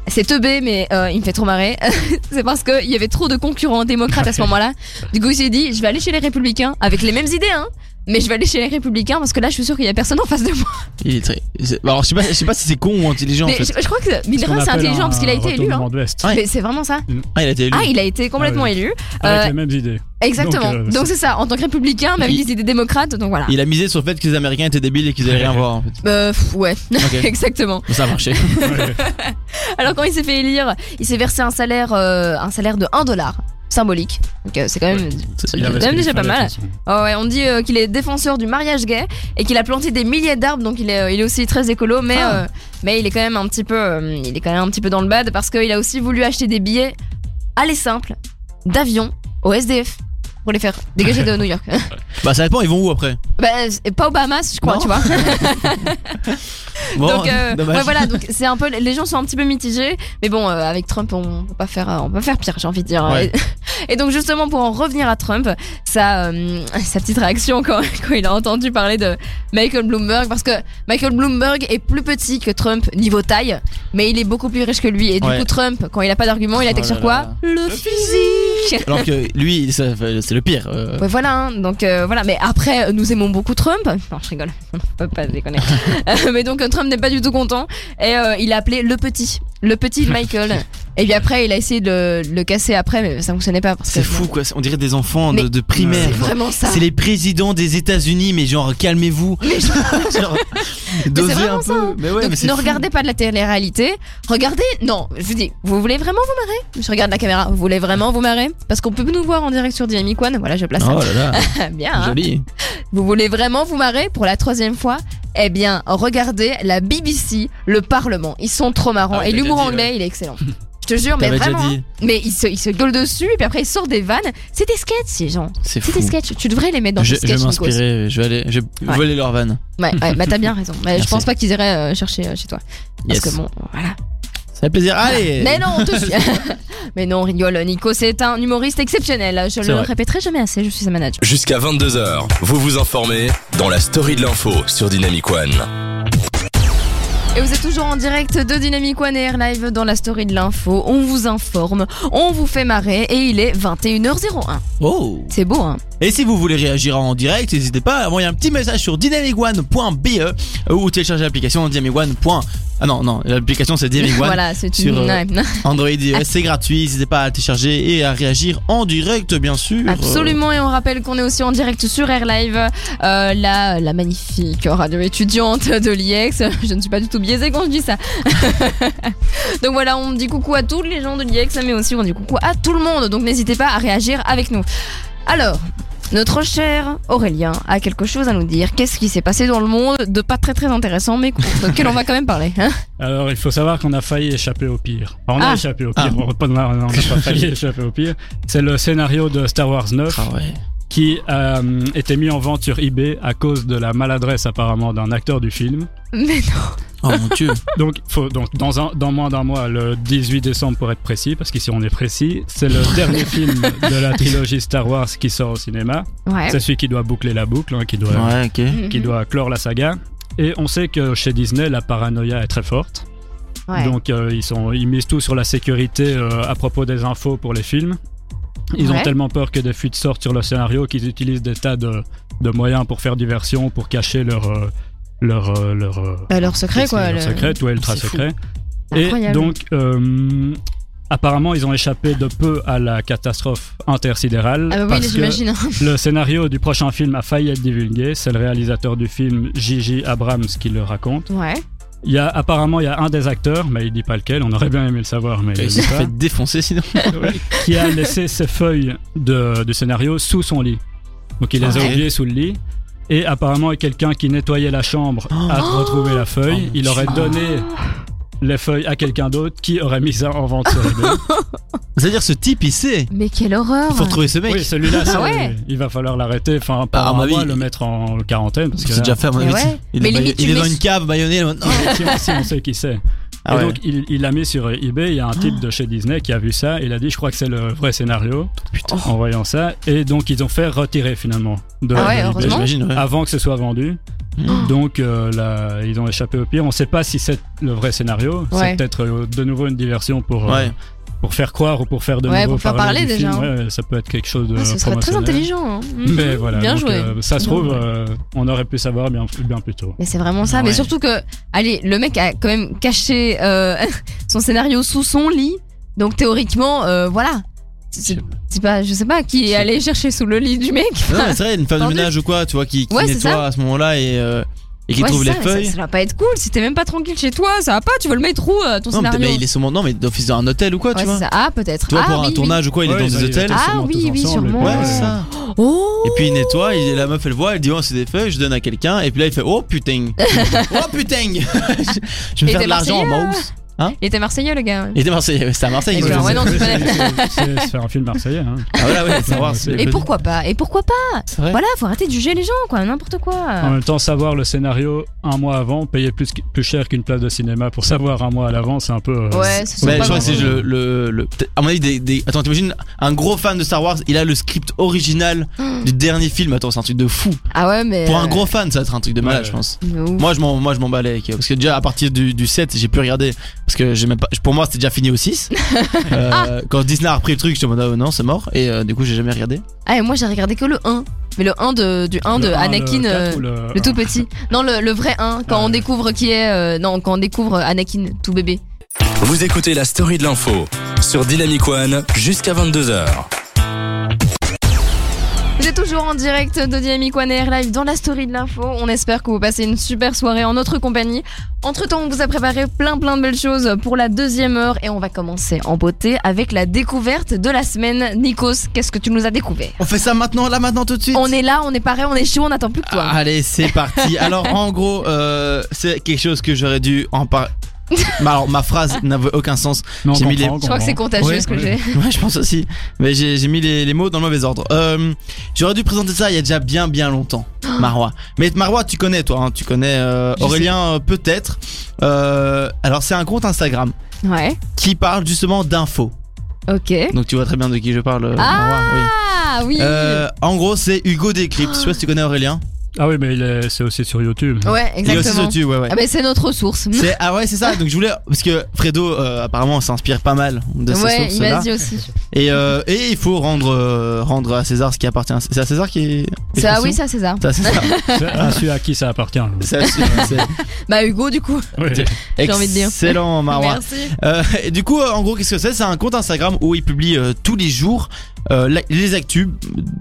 Speaker 2: c'est teubé, mais euh, il me fait trop marrer. c'est parce qu'il y avait trop de concurrents démocrates à ce moment-là. Du coup, il s'est dit, je vais aller chez les républicains avec les mêmes idées, hein. Mais je vais aller chez les républicains parce que là, je suis sûr qu'il y a personne en face de moi.
Speaker 3: Il est très. c'est- bah, Alors, je sais pas, je sais pas si c'est con ou intelligent en
Speaker 2: Mais
Speaker 3: fait.
Speaker 2: je, je crois que
Speaker 4: Ce qu'on
Speaker 2: Minerin c'est
Speaker 4: appelle
Speaker 2: intelligent parce qu'il a
Speaker 4: un
Speaker 2: été élu.
Speaker 4: retournement
Speaker 2: Hein.
Speaker 4: de veste,
Speaker 3: Ouais.
Speaker 2: Mais c'est vraiment ça.
Speaker 3: Ah, il a été élu.
Speaker 2: Ah, il a été complètement
Speaker 4: Ah oui.
Speaker 2: élu.
Speaker 4: Avec
Speaker 2: Euh,
Speaker 4: les mêmes idées.
Speaker 2: Exactement.
Speaker 4: euh,
Speaker 2: Donc c'est ça, en tant que républicain, même
Speaker 3: Il-
Speaker 2: des idées démocrates, donc voilà.
Speaker 3: Il a misé sur le fait que les Américains étaient débiles et qu'ils allaient rien voir en fait.
Speaker 2: Euh, pff, ouais,
Speaker 3: Ok.
Speaker 2: exactement.
Speaker 3: Ça a marché.
Speaker 4: Ouais.
Speaker 2: Alors quand il s'est fait élire, il s'est versé un salaire, euh, un salaire de 1 dollar symbolique. Donc euh, c'est quand même,
Speaker 4: Il
Speaker 2: c'est
Speaker 4: avait
Speaker 2: quand
Speaker 4: ce
Speaker 2: même
Speaker 4: qu'il
Speaker 2: déjà pas
Speaker 4: fallait,
Speaker 2: mal.
Speaker 4: de toute façon.
Speaker 2: Oh ouais, on dit euh, qu'il est défenseur du mariage gay et qu'il a planté des milliers d'arbres, donc il est, euh, il est aussi très écolo, mais
Speaker 3: Ah.
Speaker 2: euh, mais il est quand même un petit peu, euh, il est quand même un petit peu dans le bad parce qu'il a aussi voulu acheter des billets, allez simple, d'avion au SDF pour les faire dégager de New York.
Speaker 3: Bah, ça dépend, ils vont où après
Speaker 2: bah, c'est pas au Bahamas, je crois,
Speaker 3: Non.
Speaker 2: tu vois.
Speaker 3: Bon,
Speaker 2: donc euh,
Speaker 3: dommage.
Speaker 2: ouais, voilà, donc c'est un peu, les gens sont un petit peu mitigés, mais bon, euh, avec Trump, on peut pas faire, euh, on peut pas faire pire, j'ai envie de dire.
Speaker 3: Ouais.
Speaker 2: Et, et donc justement pour en revenir à Trump, sa euh, sa petite réaction quand quand il a entendu parler de Michael Bloomberg, parce que Michael Bloomberg est plus petit que Trump niveau taille, mais il est beaucoup plus riche que lui, et du
Speaker 3: Ouais.
Speaker 2: coup Trump, quand il a pas d'argument, il attaque
Speaker 3: Oh
Speaker 2: sur
Speaker 3: là
Speaker 2: quoi
Speaker 3: là.
Speaker 2: Le physique.
Speaker 3: Alors que lui, ça fait- c'est le pire. euh,
Speaker 2: Ouais, voilà, hein. donc euh, voilà. Mais après, euh, nous aimons beaucoup Trump. Non, je rigole, on peut pas déconner. Euh, Mais donc, euh, Trump n'est pas du tout content. Et euh, il a appelé le petit, le petit Michael. Et puis après, il a essayé de le, le casser après, mais ça fonctionnait pas. parce que-
Speaker 3: C'est fou quoi, on dirait des enfants de,
Speaker 2: Mais
Speaker 3: de primaire.
Speaker 2: C'est vraiment ça.
Speaker 3: C'est les présidents des États-Unis, mais genre calmez-vous.
Speaker 2: Mais je-
Speaker 3: Genre, dosez
Speaker 2: vraiment
Speaker 3: un peu.
Speaker 2: ça, hein.
Speaker 3: Mais ouais,
Speaker 2: Donc,
Speaker 3: mais c'est
Speaker 2: ne
Speaker 3: fou.
Speaker 2: regardez pas de la télé-réalité. Regardez, non, je vous dis, vous voulez vraiment vous marrer Je regarde la caméra, vous voulez vraiment vous marrer Parce qu'on peut nous voir en direct sur Dynamic One. Voilà, je place
Speaker 3: Oh là
Speaker 2: ça bien.
Speaker 3: là,
Speaker 2: hein.
Speaker 3: joli.
Speaker 2: Vous voulez vraiment vous marrer pour la troisième fois Eh bien, regardez la BBC, le Parlement. Ils sont trop marrants.
Speaker 3: Ah oui,
Speaker 2: et
Speaker 3: t'as
Speaker 2: l'humour
Speaker 3: déjà dit,
Speaker 2: anglais, il est excellent. Je te jure, mais
Speaker 3: T'avais déjà
Speaker 2: vraiment.
Speaker 3: dit.
Speaker 2: hein. Mais ils se, ils se gueulent dessus, et puis après ils sortent des vannes. C'est des sketchs, ces gens.
Speaker 3: C'est
Speaker 2: C'est
Speaker 3: fou.
Speaker 2: des sketchs. Tu devrais les mettre dans
Speaker 3: je,
Speaker 2: tes
Speaker 3: je vais
Speaker 2: sketchs, Nikos.
Speaker 3: m'inspirer, je vais aller je vais
Speaker 2: Ouais.
Speaker 3: voler leur van.
Speaker 2: Ouais, ouais, bah t'as bien raison. Mais je
Speaker 3: Merci.
Speaker 2: pense pas qu'ils iraient euh, chercher euh, chez toi. Parce
Speaker 3: Yes.
Speaker 2: que bon, voilà.
Speaker 3: Ça fait plaisir. Allez
Speaker 2: Mais non, on te suit. mais non, on rigole. Nico, c'est un humoriste exceptionnel. Je le
Speaker 3: vrai.
Speaker 2: répéterai jamais assez. Je suis sa manager.
Speaker 1: Jusqu'à 22h, vous vous informez dans la story de l'info sur Dynamic One.
Speaker 2: Et vous êtes toujours en direct de Dynamic One et Air Live dans la story de l'info. On vous informe, on vous fait marrer et il est 21h01.
Speaker 3: Oh
Speaker 2: C'est beau, hein
Speaker 3: Et si vous voulez réagir en direct, n'hésitez pas à envoyer un petit message sur dynamicone.be euh, ou télécharger l'application dynamicone.be. Ah non, non, l'application c'est dynamicone.
Speaker 2: Voilà, c'est une.
Speaker 3: sur, euh,
Speaker 2: ouais.
Speaker 3: Android et iOS, c'est gratuit, n'hésitez pas à télécharger et à réagir en direct, bien
Speaker 4: euh,
Speaker 3: sûr.
Speaker 2: Absolument, et on rappelle qu'on est aussi en direct sur Air Live, euh, la, la magnifique radio étudiante de l'IEX. Je ne suis pas du tout biaisée quand je dis ça. Donc voilà, on dit coucou à tous les gens de l'IEX, mais aussi on dit coucou à tout le monde. Donc n'hésitez pas à réagir avec nous. Alors, notre cher Aurélien a quelque chose à nous dire. Qu'est-ce qui s'est passé dans le monde de pas très très intéressant, mais contre lequel on va quand même parler hein
Speaker 4: Alors, il faut savoir qu'on a failli échapper au pire. Enfin, on
Speaker 2: Ah.
Speaker 4: a échappé au
Speaker 3: Ah.
Speaker 4: pire. On pas- on n'a pas failli échapper au pire. C'est le scénario de Star Wars 9
Speaker 3: Ah ouais.
Speaker 4: qui a euh, été mis en vente sur eBay à cause de la maladresse apparemment d'un acteur du film.
Speaker 2: Mais non.
Speaker 3: Oh mon dieu.
Speaker 4: Donc, faut, donc dans, un, dans moins d'un mois, le 18 décembre pour être précis, parce qu'ici on est précis, c'est le dernier film de la trilogie Star Wars qui sort au cinéma.
Speaker 2: Ouais. Mhm.
Speaker 4: C'est celui qui doit boucler la boucle, hein, qui doit
Speaker 3: Ouais, ok.
Speaker 4: qui doit clore la saga. Et on sait que chez Disney, la paranoïa est très forte.
Speaker 2: Ouais.
Speaker 4: Donc euh, ils, sont, ils misent tout sur la sécurité euh, à propos des infos pour les films. Ils
Speaker 2: Ouais.
Speaker 4: ont tellement peur que des fuites sortent sur le scénario qu'ils utilisent des tas de, de moyens pour faire diversion, pour cacher leur... euh, leur, euh, leur, euh,
Speaker 2: Bah, leur secret,
Speaker 4: qu'est-ce que-
Speaker 2: quoi.
Speaker 4: leur
Speaker 2: le-
Speaker 4: secret, ouais, ultra
Speaker 3: C'est fou.
Speaker 4: secret. Et
Speaker 2: Incroyable.
Speaker 4: donc, euh, apparemment, ils ont échappé de peu à la catastrophe intersidérale.
Speaker 2: Ah bah oui,
Speaker 4: parce que-
Speaker 2: j'imagine.
Speaker 4: le scénario du prochain film a failli être divulgué. C'est le réalisateur du film Gigi Abrams qui le raconte.
Speaker 2: Ouais.
Speaker 4: Il y a apparemment il y a un des acteurs, mais il dit pas lequel. On aurait bien aimé le savoir, mais il
Speaker 3: Il
Speaker 4: le dit
Speaker 3: s'est
Speaker 4: pas.
Speaker 3: fait défoncer sinon.
Speaker 4: Ouais. qui a laissé ses feuilles de, de scénario sous son lit. Donc il les
Speaker 3: Ok.
Speaker 4: a oubliées sous le lit. Et apparemment, quelqu'un qui nettoyait la chambre a retrouvé la feuille.
Speaker 3: Oh,
Speaker 4: Il aurait donné les feuilles à quelqu'un d'autre qui aurait mis ça en vente sur eBay.
Speaker 3: C'est-à-dire, ce type, il sait.
Speaker 2: Mais quelle horreur
Speaker 3: Il faut retrouver ce mec.
Speaker 4: Oui, celui-là,
Speaker 2: Ah
Speaker 4: c'est-
Speaker 2: ouais.
Speaker 4: il va falloir l'arrêter. Enfin,
Speaker 3: Bah, à
Speaker 4: par
Speaker 3: mon
Speaker 4: un
Speaker 3: avis,
Speaker 4: mois,
Speaker 3: il-
Speaker 4: le mettre en quarantaine. Parce que
Speaker 3: C'est
Speaker 4: là,
Speaker 3: déjà fait, à mon
Speaker 2: Mais
Speaker 3: avis.
Speaker 2: ouais.
Speaker 3: Il
Speaker 2: Mais
Speaker 3: est,
Speaker 2: limite,
Speaker 3: il
Speaker 2: tu
Speaker 3: est
Speaker 2: le
Speaker 3: dans
Speaker 2: mets
Speaker 3: une
Speaker 2: sous-
Speaker 3: cave baïonnée. là, maintenant.
Speaker 4: si on, si on sait qui c'est.
Speaker 3: Ah
Speaker 4: et
Speaker 3: ouais.
Speaker 4: donc, il, il l'a mis sur eBay. Il y a un type de chez Disney qui a vu ça. Il a dit, je crois que c'est le vrai scénario. En voyant ça. Et donc, ils ont fait retirer finalement. De,
Speaker 2: Ah ouais, Hmm.
Speaker 4: de eBay.
Speaker 3: Bah,
Speaker 2: heureusement.
Speaker 3: J'imagine, ouais.
Speaker 4: avant que ce soit vendu.
Speaker 3: Mmh.
Speaker 4: Donc euh, là, ils ont échappé au pire. On ne sait pas si c'est le vrai scénario.
Speaker 2: Ouais.
Speaker 4: C'est peut-être euh, de nouveau une diversion pour, euh,
Speaker 3: Ouais.
Speaker 4: pour faire croire ou pour faire de
Speaker 2: Ouais,
Speaker 4: nouveau
Speaker 2: pour faire parler
Speaker 4: du
Speaker 2: des
Speaker 4: film.
Speaker 2: gens.
Speaker 4: Ouais, ça peut être quelque chose de.
Speaker 3: euh,
Speaker 2: Ah, Ce serait très
Speaker 4: promotionnel. Hmm.
Speaker 2: intelligent. hein. Mhm.
Speaker 4: Mais voilà,
Speaker 2: Bien
Speaker 4: donc,
Speaker 2: joué.
Speaker 4: euh, ça se
Speaker 2: Bien
Speaker 4: trouve,
Speaker 2: joué.
Speaker 4: euh, on aurait pu savoir bien, bien plus tôt.
Speaker 2: Mais c'est vraiment ça.
Speaker 3: Ouais.
Speaker 2: Mais surtout que, allez, le mec a quand même caché euh, son scénario sous son lit. Donc théoriquement, euh, voilà. C'est c'est pas, je sais pas, qui est allé chercher sous le lit du mec.
Speaker 3: Non, mais c'est vrai, une femme de
Speaker 2: Tendu.
Speaker 3: ménage ou quoi, tu vois, qui, qui
Speaker 2: Ouais, c'est
Speaker 3: nettoie
Speaker 2: ça.
Speaker 3: à ce moment-là et, euh, et qui
Speaker 2: Ouais,
Speaker 3: trouve
Speaker 2: c'est
Speaker 3: les
Speaker 2: ça, mais
Speaker 3: feuilles.
Speaker 2: Ça, ça va pas être cool. Si t'es même pas tranquille chez toi, ça va pas. Tu veux le mettre où euh, ton
Speaker 3: non, mais,
Speaker 2: scénario
Speaker 3: mais il est sûrement, non, mais d'office dans un hôtel ou quoi,
Speaker 2: Ouais,
Speaker 3: tu vois.
Speaker 2: c'est ça. Ah, peut-être.
Speaker 3: Tu vois,
Speaker 2: ah,
Speaker 3: pour
Speaker 2: oui,
Speaker 3: un
Speaker 2: oui.
Speaker 3: tournage ou quoi, il
Speaker 4: Ouais,
Speaker 3: est dans
Speaker 4: ils
Speaker 3: des
Speaker 4: arrivent
Speaker 3: hôtels.
Speaker 4: tous
Speaker 2: Ah
Speaker 4: ensemble,
Speaker 2: oui,
Speaker 4: tous
Speaker 2: oui,
Speaker 4: ensemble, et
Speaker 2: sûrement.
Speaker 4: puis, euh,
Speaker 3: Ouais,
Speaker 2: Ouais.
Speaker 3: c'est ça.
Speaker 2: Oh
Speaker 3: Et puis il nettoie, il, la meuf elle voit, elle dit oh c'est des feuilles, je donne à quelqu'un, et puis là il fait oh putain, oh putain, je, je
Speaker 2: Et
Speaker 3: vais faire
Speaker 2: t'es
Speaker 3: de l'argent en
Speaker 2: Marseillais,
Speaker 3: bourse.
Speaker 2: Il était marseillais, le gars. ouais.
Speaker 3: Il était Marseillais, ouais, c'était à Marseille.
Speaker 2: Et
Speaker 3: qu'il
Speaker 2: genre,
Speaker 3: faisait
Speaker 2: ouais, non,
Speaker 3: ça.
Speaker 2: tu connais.
Speaker 4: C'est- c'est c'est un film marseillais. hein.
Speaker 3: Ah voilà, ouais, savoir. si-
Speaker 2: Et pourquoi pas Et pourquoi pas
Speaker 3: C'est vrai.
Speaker 2: Voilà, faut arrêter de juger les gens, quoi. N'importe
Speaker 4: En
Speaker 2: quoi.
Speaker 4: même temps, savoir le scénario un mois avant, payer plus, plus cher qu'une place de cinéma pour savoir un mois à l'avance, c'est un peu. euh,
Speaker 2: Ouais, ce sont
Speaker 3: Mais
Speaker 2: pas
Speaker 3: je crois que c'est
Speaker 2: grands-
Speaker 3: le, le, le- peut-être- à mon avis des, des- attends t'imagines un gros fan de Star Wars, il a le script original du dernier film, attends c'est un truc de fou.
Speaker 2: Ah ouais, mais.
Speaker 3: Pour un gros fan ça va être un truc de malade
Speaker 4: Ouais.
Speaker 3: je pense.
Speaker 2: Mais ouf.
Speaker 3: Moi je m'en moi je m'en balais avec- parce que déjà à partir du, du 7 j'ai plus regardé parce que j'ai même pas pour moi c'était déjà fini au 6. Euh, quand Disney a repris le truc, je me suis dit, ah, non, c'est mort et euh, du coup j'ai jamais regardé.
Speaker 2: Ah, et moi j'ai regardé que le 1. Mais le 1 de, du 1 de
Speaker 4: le un, le
Speaker 2: Anakin. euh,
Speaker 4: quatre ou
Speaker 2: le...
Speaker 4: le
Speaker 2: tout petit. Non, le, le vrai 1. Quand
Speaker 4: Ah,
Speaker 2: on
Speaker 4: ouais.
Speaker 2: découvre qui est. euh, non, quand on découvre Anakin, tout bébé.
Speaker 1: Vous écoutez la story de l'info sur Dynamic One jusqu'à 22h.
Speaker 2: Vous êtes toujours en direct de Dynamic One Air Live dans la story de l'info. On espère que vous passez une super soirée en notre compagnie. Entre temps, on vous a préparé plein plein de belles choses pour la deuxième heure et on va commencer en beauté avec la découverte de la semaine. Nikos, qu'est-ce que tu nous as découvert
Speaker 3: On fait ça maintenant, là maintenant tout de suite.
Speaker 2: On est là, on est paré, on est chaud, on n'attend plus que toi.
Speaker 4: Ah,
Speaker 3: Ah, Allez, c'est parti. Alors, en gros, euh, c'est quelque chose que j'aurais dû en parler. Alors, ma phrase n'avait aucun sens.
Speaker 4: Non,
Speaker 3: J'ai mis
Speaker 4: comprend,
Speaker 3: les-
Speaker 2: Je crois que c'est
Speaker 4: comprend.
Speaker 2: contagieux
Speaker 3: Ouais,
Speaker 2: ce que
Speaker 4: ouais.
Speaker 2: j'ai.
Speaker 3: Ouais, je pense aussi. Mais j'ai j'ai mis les, les mots dans le mauvais ordre. Euh, j'aurais dû présenter ça il y a déjà bien, bien longtemps, Marois. Mais Marois, tu connais, toi. hein, tu connais euh,
Speaker 2: Je sais.
Speaker 3: Aurélien, euh, peut-être. Euh, alors, c'est un compte Instagram
Speaker 2: Ouais,
Speaker 3: qui parle justement d'infos.
Speaker 2: ok.
Speaker 3: Donc, tu vois très bien de qui je parle, euh, Marois, oui.
Speaker 2: Ah oui
Speaker 3: Euh, en gros, c'est Hugo Décrypte. Je sais pas si tu connais Aurélien.
Speaker 4: Ah oui, mais il est- c'est aussi sur YouTube.
Speaker 2: Ouais,
Speaker 3: Il est aussi
Speaker 2: exactement.
Speaker 3: dessus, ouais, ouais.
Speaker 2: Ah bah c'est notre source.
Speaker 3: C'est- ah ouais, c'est ça. Donc je voulais parce que Fredo euh, apparemment s'inspire pas mal de ces
Speaker 2: Ouais, il m'a
Speaker 3: sources-là.
Speaker 2: dit aussi. ah
Speaker 3: Et, euh, et il faut rendre euh, rendre à César ce qui appartient. à- C'est à César qui est.
Speaker 2: C'est- Ah oui, ça c'est ça.
Speaker 3: C'est à César.
Speaker 4: C'est à celui à qui ça appartient.
Speaker 3: C'est à César. C'est
Speaker 2: Bah Hugo du coup.
Speaker 4: Ouais.
Speaker 2: J'ai envie de dire.
Speaker 3: Excellent,
Speaker 2: Bah,
Speaker 3: Marois.
Speaker 2: Merci.
Speaker 3: Euh, et du coup, euh, en gros, qu'est-ce que c'est C'est un compte Instagram où il publie euh, tous les jours euh, la- les actus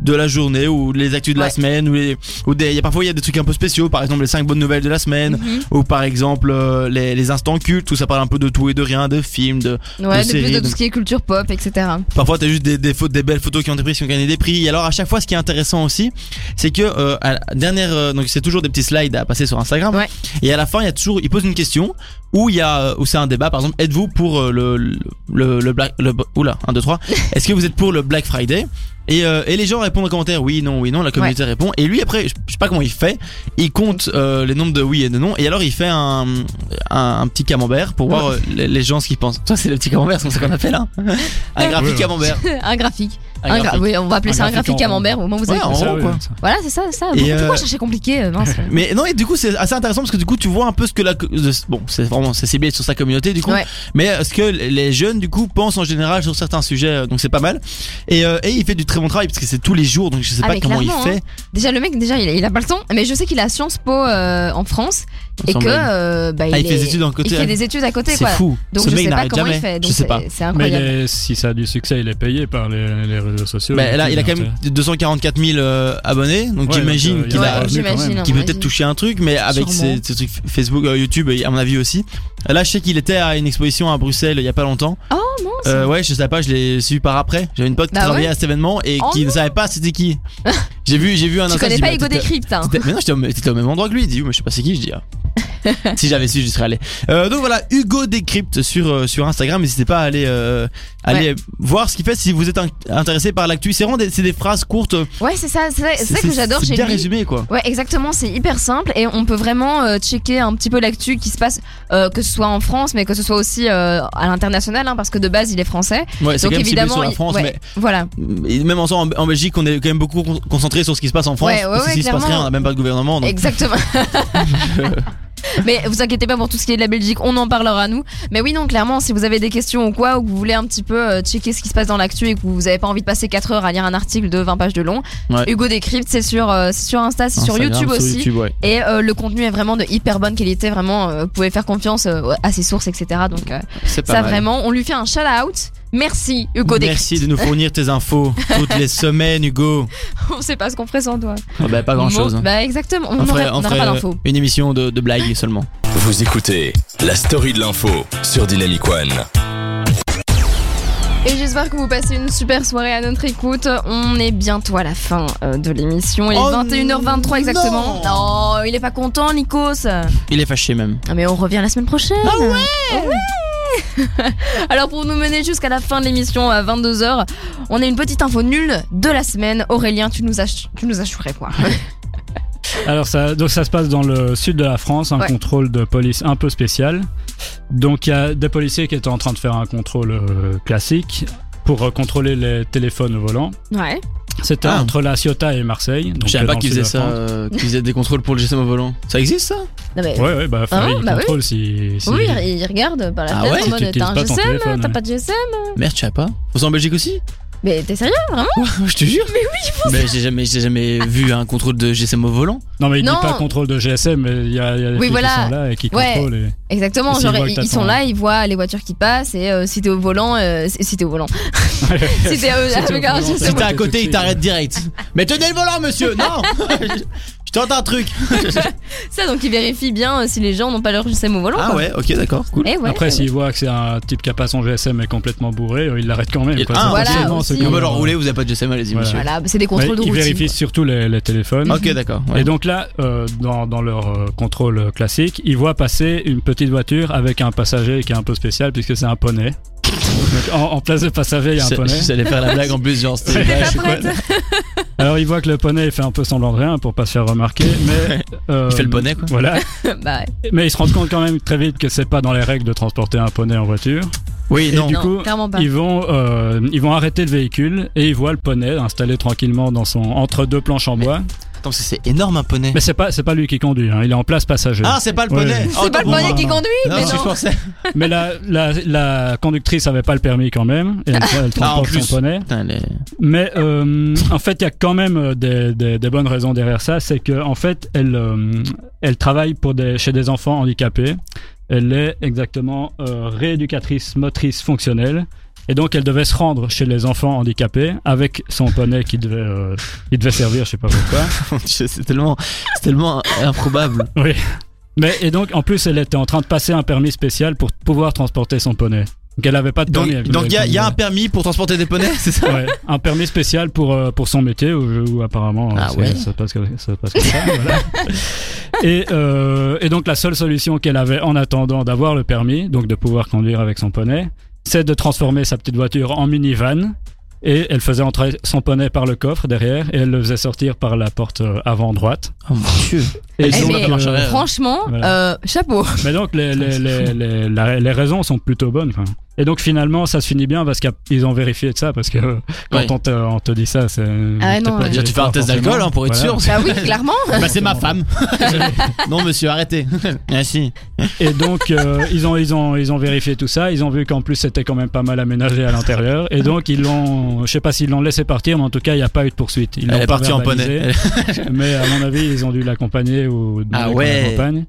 Speaker 3: de la journée ou les actus de la
Speaker 2: Ouais.
Speaker 3: semaine ou, les, ou des, il y a parfois il y a des trucs un peu spéciaux, par exemple les 5 bonnes nouvelles de la semaine
Speaker 2: Mhm.
Speaker 3: ou par exemple euh, les, les instants cultes où ça parle un peu de tout et de rien, de films, de,
Speaker 2: Ouais,
Speaker 3: de
Speaker 2: de plus
Speaker 3: séries,
Speaker 2: de tout
Speaker 3: donc-
Speaker 2: ce qui est culture pop, etc.
Speaker 3: Parfois, t'as juste des, des, fautes, des belles photos qui ont été prises, qui ont gagné des prix. Et alors, à chaque fois, ce qui est intéressant aussi, c'est que euh, à la dernière, euh, donc c'est toujours des petits slides à passer sur Instagram.
Speaker 2: Ouais.
Speaker 3: Et à la fin, il y a toujours, il pose une question où il y a, euh, où c'est un débat. Par exemple, êtes-vous pour euh, le le le, le black, le oula, 1, 2, 3 Est-ce que vous êtes pour le Black Friday et, euh, et les gens répondent en commentaire oui, non, oui, non, la communauté répond. Et lui après, je je sais pas comment il fait, il compte euh, les nombres de oui et de non. Et alors il fait un, un, un petit camembert pour voir euh, les, les gens ce qu'ils pensent. Toi c'est le petit camembert, c'est comme ça qu'on appelle hein Un graphique
Speaker 4: Ouais.
Speaker 3: camembert.
Speaker 2: un graphique.
Speaker 3: Un
Speaker 2: Un gra-
Speaker 3: graphique.
Speaker 2: oui, on va appeler
Speaker 4: Un
Speaker 2: ça un
Speaker 4: graphique
Speaker 2: graphique
Speaker 4: en-
Speaker 2: camembert au moment où vous
Speaker 3: Ouais,
Speaker 2: avez.
Speaker 3: en-
Speaker 4: Ça,
Speaker 3: gros,
Speaker 4: oui,
Speaker 3: quoi.
Speaker 4: ça.
Speaker 2: Voilà, c'est ça, ça.
Speaker 3: Et
Speaker 2: Pourquoi,
Speaker 3: euh,
Speaker 2: pourquoi chercher compliqué euh, mince.
Speaker 3: Mais non, et du coup, c'est assez intéressant parce que du coup, tu vois un peu ce que la. co- de- Bon, c'est vraiment, c'est ciblé sur sa communauté, du coup.
Speaker 2: Ouais.
Speaker 3: Mais euh, ce que les jeunes, du coup, pensent en général sur certains sujets, euh, donc c'est pas mal. Et, euh, et il fait du très bon travail parce que c'est tous les jours, donc je sais
Speaker 2: Ah,
Speaker 3: pas
Speaker 2: mais
Speaker 3: comment il
Speaker 2: clairement,
Speaker 3: fait.
Speaker 2: Déjà, le mec, déjà, il, il a pas le temps, mais je sais qu'il a Sciences Po euh, en France
Speaker 3: Il
Speaker 2: et que.
Speaker 3: semble-
Speaker 2: euh, bah,
Speaker 3: Ah, il fait
Speaker 2: est-
Speaker 3: des études en côté.
Speaker 2: Il fait des études à côté,
Speaker 3: C'est
Speaker 2: quoi.
Speaker 3: fou.
Speaker 2: Donc,
Speaker 3: ce
Speaker 2: je
Speaker 3: mec
Speaker 2: sais pas
Speaker 3: n'arrive
Speaker 2: comment
Speaker 3: jamais.
Speaker 2: il fait. Donc
Speaker 3: je sais
Speaker 2: c'est-
Speaker 3: pas.
Speaker 2: C'est
Speaker 4: Mais il
Speaker 2: incroyable.
Speaker 4: est- si ça a du succès, il est payé par les, les réseaux sociaux.
Speaker 3: Mais Bah, là,
Speaker 4: YouTube,
Speaker 3: il a quand même
Speaker 4: hein,
Speaker 3: 240 000 euh, abonnés, donc
Speaker 4: Ouais,
Speaker 3: j'imagine
Speaker 4: donc, euh, il
Speaker 3: qu'il
Speaker 4: y
Speaker 3: a.
Speaker 4: a-
Speaker 2: Ouais,
Speaker 4: revenu quand
Speaker 2: j'imagine.
Speaker 4: même.
Speaker 3: qui
Speaker 2: on
Speaker 3: peut
Speaker 2: va
Speaker 3: peut-être
Speaker 2: dire.
Speaker 3: toucher un truc, mais avec
Speaker 2: Ah, Sûrement.
Speaker 3: ces, ces trucs Facebook, euh, YouTube, et à mon avis aussi. Là, je sais qu'il était à une exposition à Bruxelles il y a pas longtemps.
Speaker 2: Oh mince.
Speaker 3: Euh, ouais, je savais pas, je l'ai su par après. J'avais une pote qui
Speaker 2: Bah
Speaker 3: travaillait
Speaker 2: ouais.
Speaker 3: à cet événement et
Speaker 2: Oh
Speaker 3: qui ne savait pas c'était qui. J'ai vu, j'ai vu un
Speaker 2: Tu
Speaker 3: instant,
Speaker 2: connais
Speaker 3: je dis,
Speaker 2: pas
Speaker 3: bah,
Speaker 2: Ego
Speaker 3: t'étais-
Speaker 2: Décrypte, hein.
Speaker 3: t'étais- Mais non, j'étais au, t'étais au même endroit que lui. Il dit, oui, mais je sais pas c'est qui. Je dis, ah. si j'avais su, j'y serais allé. Euh, donc voilà, Hugo Décrypte sur, euh, sur Instagram. N'hésitez pas à aller, euh, aller voir ce qu'il fait si vous êtes in- intéressé par l'actu. C'est vraiment des, c'est des phrases courtes.
Speaker 2: Ouais, c'est ça, c'est ça- c'est ça que j'adore
Speaker 3: C'est
Speaker 2: chez
Speaker 3: bien
Speaker 2: lui.
Speaker 3: résumé, quoi.
Speaker 2: Ouais, exactement, c'est hyper simple et on peut vraiment euh, checker un petit peu l'actu qui se passe, euh, que ce soit en France, mais que ce soit aussi euh, à l'international, hein, parce que de base il est français.
Speaker 3: Ouais, c'est
Speaker 2: Donc
Speaker 3: quand même ciblé
Speaker 2: évidemment,
Speaker 3: sur la
Speaker 2: il-
Speaker 3: France,
Speaker 2: ouais,
Speaker 3: mais
Speaker 2: voilà.
Speaker 3: Et même en, en en Belgique, on est quand même beaucoup con- concentré sur ce qui se passe en France.
Speaker 2: Ouais, ouais,
Speaker 3: parce que
Speaker 2: ouais,
Speaker 3: s'il se passe
Speaker 2: clairement.
Speaker 3: rien, on n'a même pas de gouvernement. donc-
Speaker 2: Exactement. Mais vous inquiétez pas pour tout ce qui est de la Belgique, on en parlera nous. Mais oui, non, clairement, si vous avez des questions ou quoi, ou que vous voulez un petit peu euh, checker ce qui se passe dans l'actu et que vous avez pas envie de passer 4 heures à lire un article de 20 pages de long,
Speaker 3: Ouais.
Speaker 2: Hugo Décrypte, c'est sur, euh, c'est sur Insta, c'est sur
Speaker 3: Instagram,
Speaker 2: YouTube aussi.
Speaker 3: YouTube, ouais.
Speaker 2: Et euh, le contenu est vraiment de hyper bonne qualité, vraiment, euh, vous pouvez faire confiance euh, à ses sources, etc. Donc euh,
Speaker 3: C'est pas
Speaker 2: ça
Speaker 3: mal.
Speaker 2: vraiment, on lui fait un shout out. Merci Hugo Décrypte.
Speaker 3: Merci de nous fournir tes infos toutes les semaines, Hugo.
Speaker 2: on sait pas ce qu'on ferait sans toi.
Speaker 3: Ah bah, pas grand chose.
Speaker 2: Bon, Bah exactement, on
Speaker 3: On ferait-
Speaker 2: n'aura
Speaker 3: on
Speaker 2: on n'aura
Speaker 3: ferait,
Speaker 2: pas
Speaker 3: euh,
Speaker 2: d'infos.
Speaker 3: Une émission de, de blagues seulement.
Speaker 1: Vous écoutez la story de l'info sur Dynamic One.
Speaker 3: euh,
Speaker 2: Et j'espère que vous passez une super soirée à notre écoute. On est bientôt à la fin euh, de l'émission. Il est
Speaker 3: Oh
Speaker 2: 21h23 exactement. Non, il est pas content, Nikos. Ah,
Speaker 3: Il est fâché même.
Speaker 2: Mais on revient la semaine prochaine. Ah ouais, Alors pour nous mener jusqu'à la fin de l'émission à 22h, on a une petite info nulle de la semaine. Aurélien, tu nous as, tu nous as chouré, quoi.
Speaker 4: Alors ça, donc ça se passe dans le sud de la France, un
Speaker 2: Ouais.
Speaker 4: contrôle de police un peu spécial. Donc il y a des policiers qui étaient en train de faire un contrôle euh, classique pour euh, contrôler les téléphones au volant.
Speaker 2: Ouais.
Speaker 4: C'était
Speaker 3: Ah.
Speaker 4: entre la Ciotat et Marseille. donc,
Speaker 3: Je
Speaker 4: euh,
Speaker 3: savais
Speaker 4: dans
Speaker 3: pas
Speaker 4: le
Speaker 3: qu'ils
Speaker 4: sud de
Speaker 3: faisaient
Speaker 4: la
Speaker 3: ça,
Speaker 4: France.
Speaker 3: euh, qu'ils faisaient des contrôles pour le GSM au volant. Ça existe ça
Speaker 2: Non, mais-
Speaker 4: Ouais, ouais, bah,
Speaker 2: Ah,
Speaker 4: il
Speaker 2: bah oui.
Speaker 4: contrôle si, si-
Speaker 2: Oui, il il regarde par la
Speaker 3: Ah
Speaker 2: fenêtre
Speaker 3: ouais,
Speaker 2: en mode
Speaker 4: t'utilises
Speaker 2: t'as un
Speaker 4: pas ton
Speaker 2: GSM,
Speaker 4: téléphone,
Speaker 2: t'as
Speaker 4: ouais.
Speaker 2: pas de GSM.
Speaker 3: Merde, je savais pas. Faut ça en Belgique aussi
Speaker 2: Mais t'es sérieux, vraiment
Speaker 3: Je te jure. Mais oui, Mais j'ai jamais, j'ai jamais vu un contrôle de GSM au volant.
Speaker 4: Non, mais il
Speaker 2: Non.
Speaker 4: dit pas contrôle de GSM, mais il y a, il y a des
Speaker 2: Oui,
Speaker 4: filles
Speaker 2: voilà.
Speaker 4: qui sont là et qui
Speaker 2: Ouais.
Speaker 4: contrôlent. et-
Speaker 2: Exactement,
Speaker 4: Et s'ils
Speaker 2: genre
Speaker 4: voient que
Speaker 2: ils,
Speaker 4: t'attends,
Speaker 2: ils sont là, ils voient les voitures qui passent et euh, si t'es au volant, euh, si si t'es au volant. si t'es euh, avec un
Speaker 4: volant,
Speaker 2: GSM,
Speaker 3: Si t'es à
Speaker 4: c'est
Speaker 3: côté,
Speaker 4: tout de
Speaker 3: il t'arrête direct. Mais tenez le volant, monsieur Non Je tente un truc.
Speaker 2: ça donc ils vérifient bien euh, si les gens n'ont pas leur GSM au volant.
Speaker 3: Ah
Speaker 2: quoi.
Speaker 3: ouais, ok, d'accord, cool.
Speaker 2: Eh ouais,
Speaker 4: Après,
Speaker 2: ouais.
Speaker 4: s'il voit que c'est un type qui a pas son GSM et complètement bourré, euh, il l'arrête quand même.
Speaker 3: Il-
Speaker 4: quoi.
Speaker 3: Ah,
Speaker 4: C'est
Speaker 2: voilà,
Speaker 4: forcément
Speaker 2: aussi.
Speaker 4: ceux qui
Speaker 3: On
Speaker 2: Comme,
Speaker 3: va
Speaker 4: ont-
Speaker 3: leur rouler, vous avez pas de GSM, allez-y,
Speaker 4: Voilà.
Speaker 3: monsieur.
Speaker 2: Voilà, c'est des contrôles
Speaker 4: Ouais,
Speaker 2: de
Speaker 4: ils
Speaker 2: routine.
Speaker 4: vérifient surtout les, les téléphones.
Speaker 3: Ok, d'accord. ouais.
Speaker 4: Et donc là, euh, dans, dans leur euh, contrôle classique, ils voient passer une petite voiture avec un passager qui est un peu spécial puisque c'est un poney. Donc, en, en place de passager, il y a un
Speaker 3: Je-
Speaker 4: poney.
Speaker 3: J'allais faire la blague en plus, genre, c'était
Speaker 2: T'es
Speaker 3: ouais,
Speaker 2: pas
Speaker 3: je sais quoi.
Speaker 2: prête
Speaker 4: Alors ils voient que le poney fait un peu semblant de rien pour pas se faire remarquer, mais euh,
Speaker 3: Il fait le poney, quoi.
Speaker 4: Voilà.
Speaker 2: Bah ouais.
Speaker 4: Mais ils se rendent compte quand même très vite que c'est pas dans les règles de transporter un poney en voiture.
Speaker 3: Oui,
Speaker 4: Et
Speaker 3: non.
Speaker 4: du
Speaker 2: non,
Speaker 4: coup,
Speaker 2: clairement pas.
Speaker 4: Ils vont, euh, ils vont arrêter le véhicule et ils voient le poney installé tranquillement dans son entre deux planches en bois.
Speaker 3: Attends, c'est- c'est énorme un poney.
Speaker 4: Mais c'est pas, c'est pas lui qui conduit, hein, il est en place passager.
Speaker 3: Ah, c'est pas le
Speaker 4: Ouais.
Speaker 3: poney.
Speaker 2: C'est pas le
Speaker 4: non,
Speaker 2: poney
Speaker 4: non,
Speaker 2: qui
Speaker 4: non.
Speaker 2: conduit,
Speaker 3: Non,
Speaker 2: mais
Speaker 3: je
Speaker 2: non.
Speaker 3: pensais.
Speaker 4: Mais la, la, la conductrice avait pas le permis quand même, et elle, elle
Speaker 3: Ah, en
Speaker 4: transporte
Speaker 3: plus.
Speaker 4: son poney.
Speaker 3: Putain, les-
Speaker 4: Mais euh, en fait, il y a quand même euh, des, des, des bonnes raisons derrière ça. C'est que en fait, elle, euh, elle travaille pour des, chez des enfants handicapés. Elle est exactement euh, rééducatrice motrice fonctionnelle. Et donc, elle devait se rendre chez les enfants handicapés avec son poney qui devait, euh, il devait servir, je sais pas pourquoi.
Speaker 3: Mon Dieu, c'est tellement, c'est tellement improbable.
Speaker 4: Mais et donc, en plus, elle était en train de passer un permis spécial pour pouvoir transporter son poney. Donc, elle avait pas de
Speaker 3: Donc,
Speaker 4: permis. elle
Speaker 3: donc il y, a-
Speaker 4: voulait-
Speaker 3: il y a un permis pour transporter des poneys, c'est ça
Speaker 4: Ouais, un permis spécial pour, euh, pour son métier, où, où apparemment
Speaker 3: Ah
Speaker 4: c'est-
Speaker 3: ouais.
Speaker 4: ça, passe comme, ça passe comme ça. voilà. et, euh, et donc la seule solution qu'elle avait en attendant d'avoir le permis, donc de pouvoir conduire avec son poney, c'est de transformer sa petite voiture en minivan. Et elle faisait entrer son poney par le coffre derrière et elle le faisait sortir par la porte euh, avant droite.
Speaker 3: Oh mon dieu.
Speaker 4: Et
Speaker 3: Eh,
Speaker 4: donc,
Speaker 2: mais-
Speaker 4: euh,
Speaker 2: Franchement,
Speaker 4: Voilà.
Speaker 2: euh, chapeau.
Speaker 4: mais donc les, les, les, les- la- les raisons sont plutôt bonnes. quoi. Et donc finalement ça se finit bien parce qu'ils ont vérifié de ça parce que euh, quand
Speaker 3: Ouais.
Speaker 4: on, te, on te dit ça c'est...
Speaker 2: Ah
Speaker 4: t'es
Speaker 2: non,
Speaker 4: pas
Speaker 2: ouais.
Speaker 3: Déjà, tu fais un test
Speaker 4: forcément.
Speaker 3: d'alcool hein, pour être
Speaker 4: Voilà.
Speaker 3: sûr.
Speaker 2: Bah oui, clairement.
Speaker 3: Bah, c'est ma femme. non, monsieur, arrêtez. Ah, si.
Speaker 4: Et donc euh, ils ont ils ont ils ont vérifié tout ça. Ils ont vu qu'en plus c'était quand même pas mal aménagé à l'intérieur. Et donc ils l'ont, je sais pas s'ils l'ont laissé partir, mais en tout cas il n'y a pas eu de poursuite. Ils l'ont
Speaker 3: Elle est
Speaker 4: pas
Speaker 3: partie en poney.
Speaker 4: verbalisé, mais à mon avis ils ont dû l'accompagner ou demander
Speaker 3: Ah
Speaker 4: qu'on
Speaker 3: ouais.
Speaker 4: l'accompagne.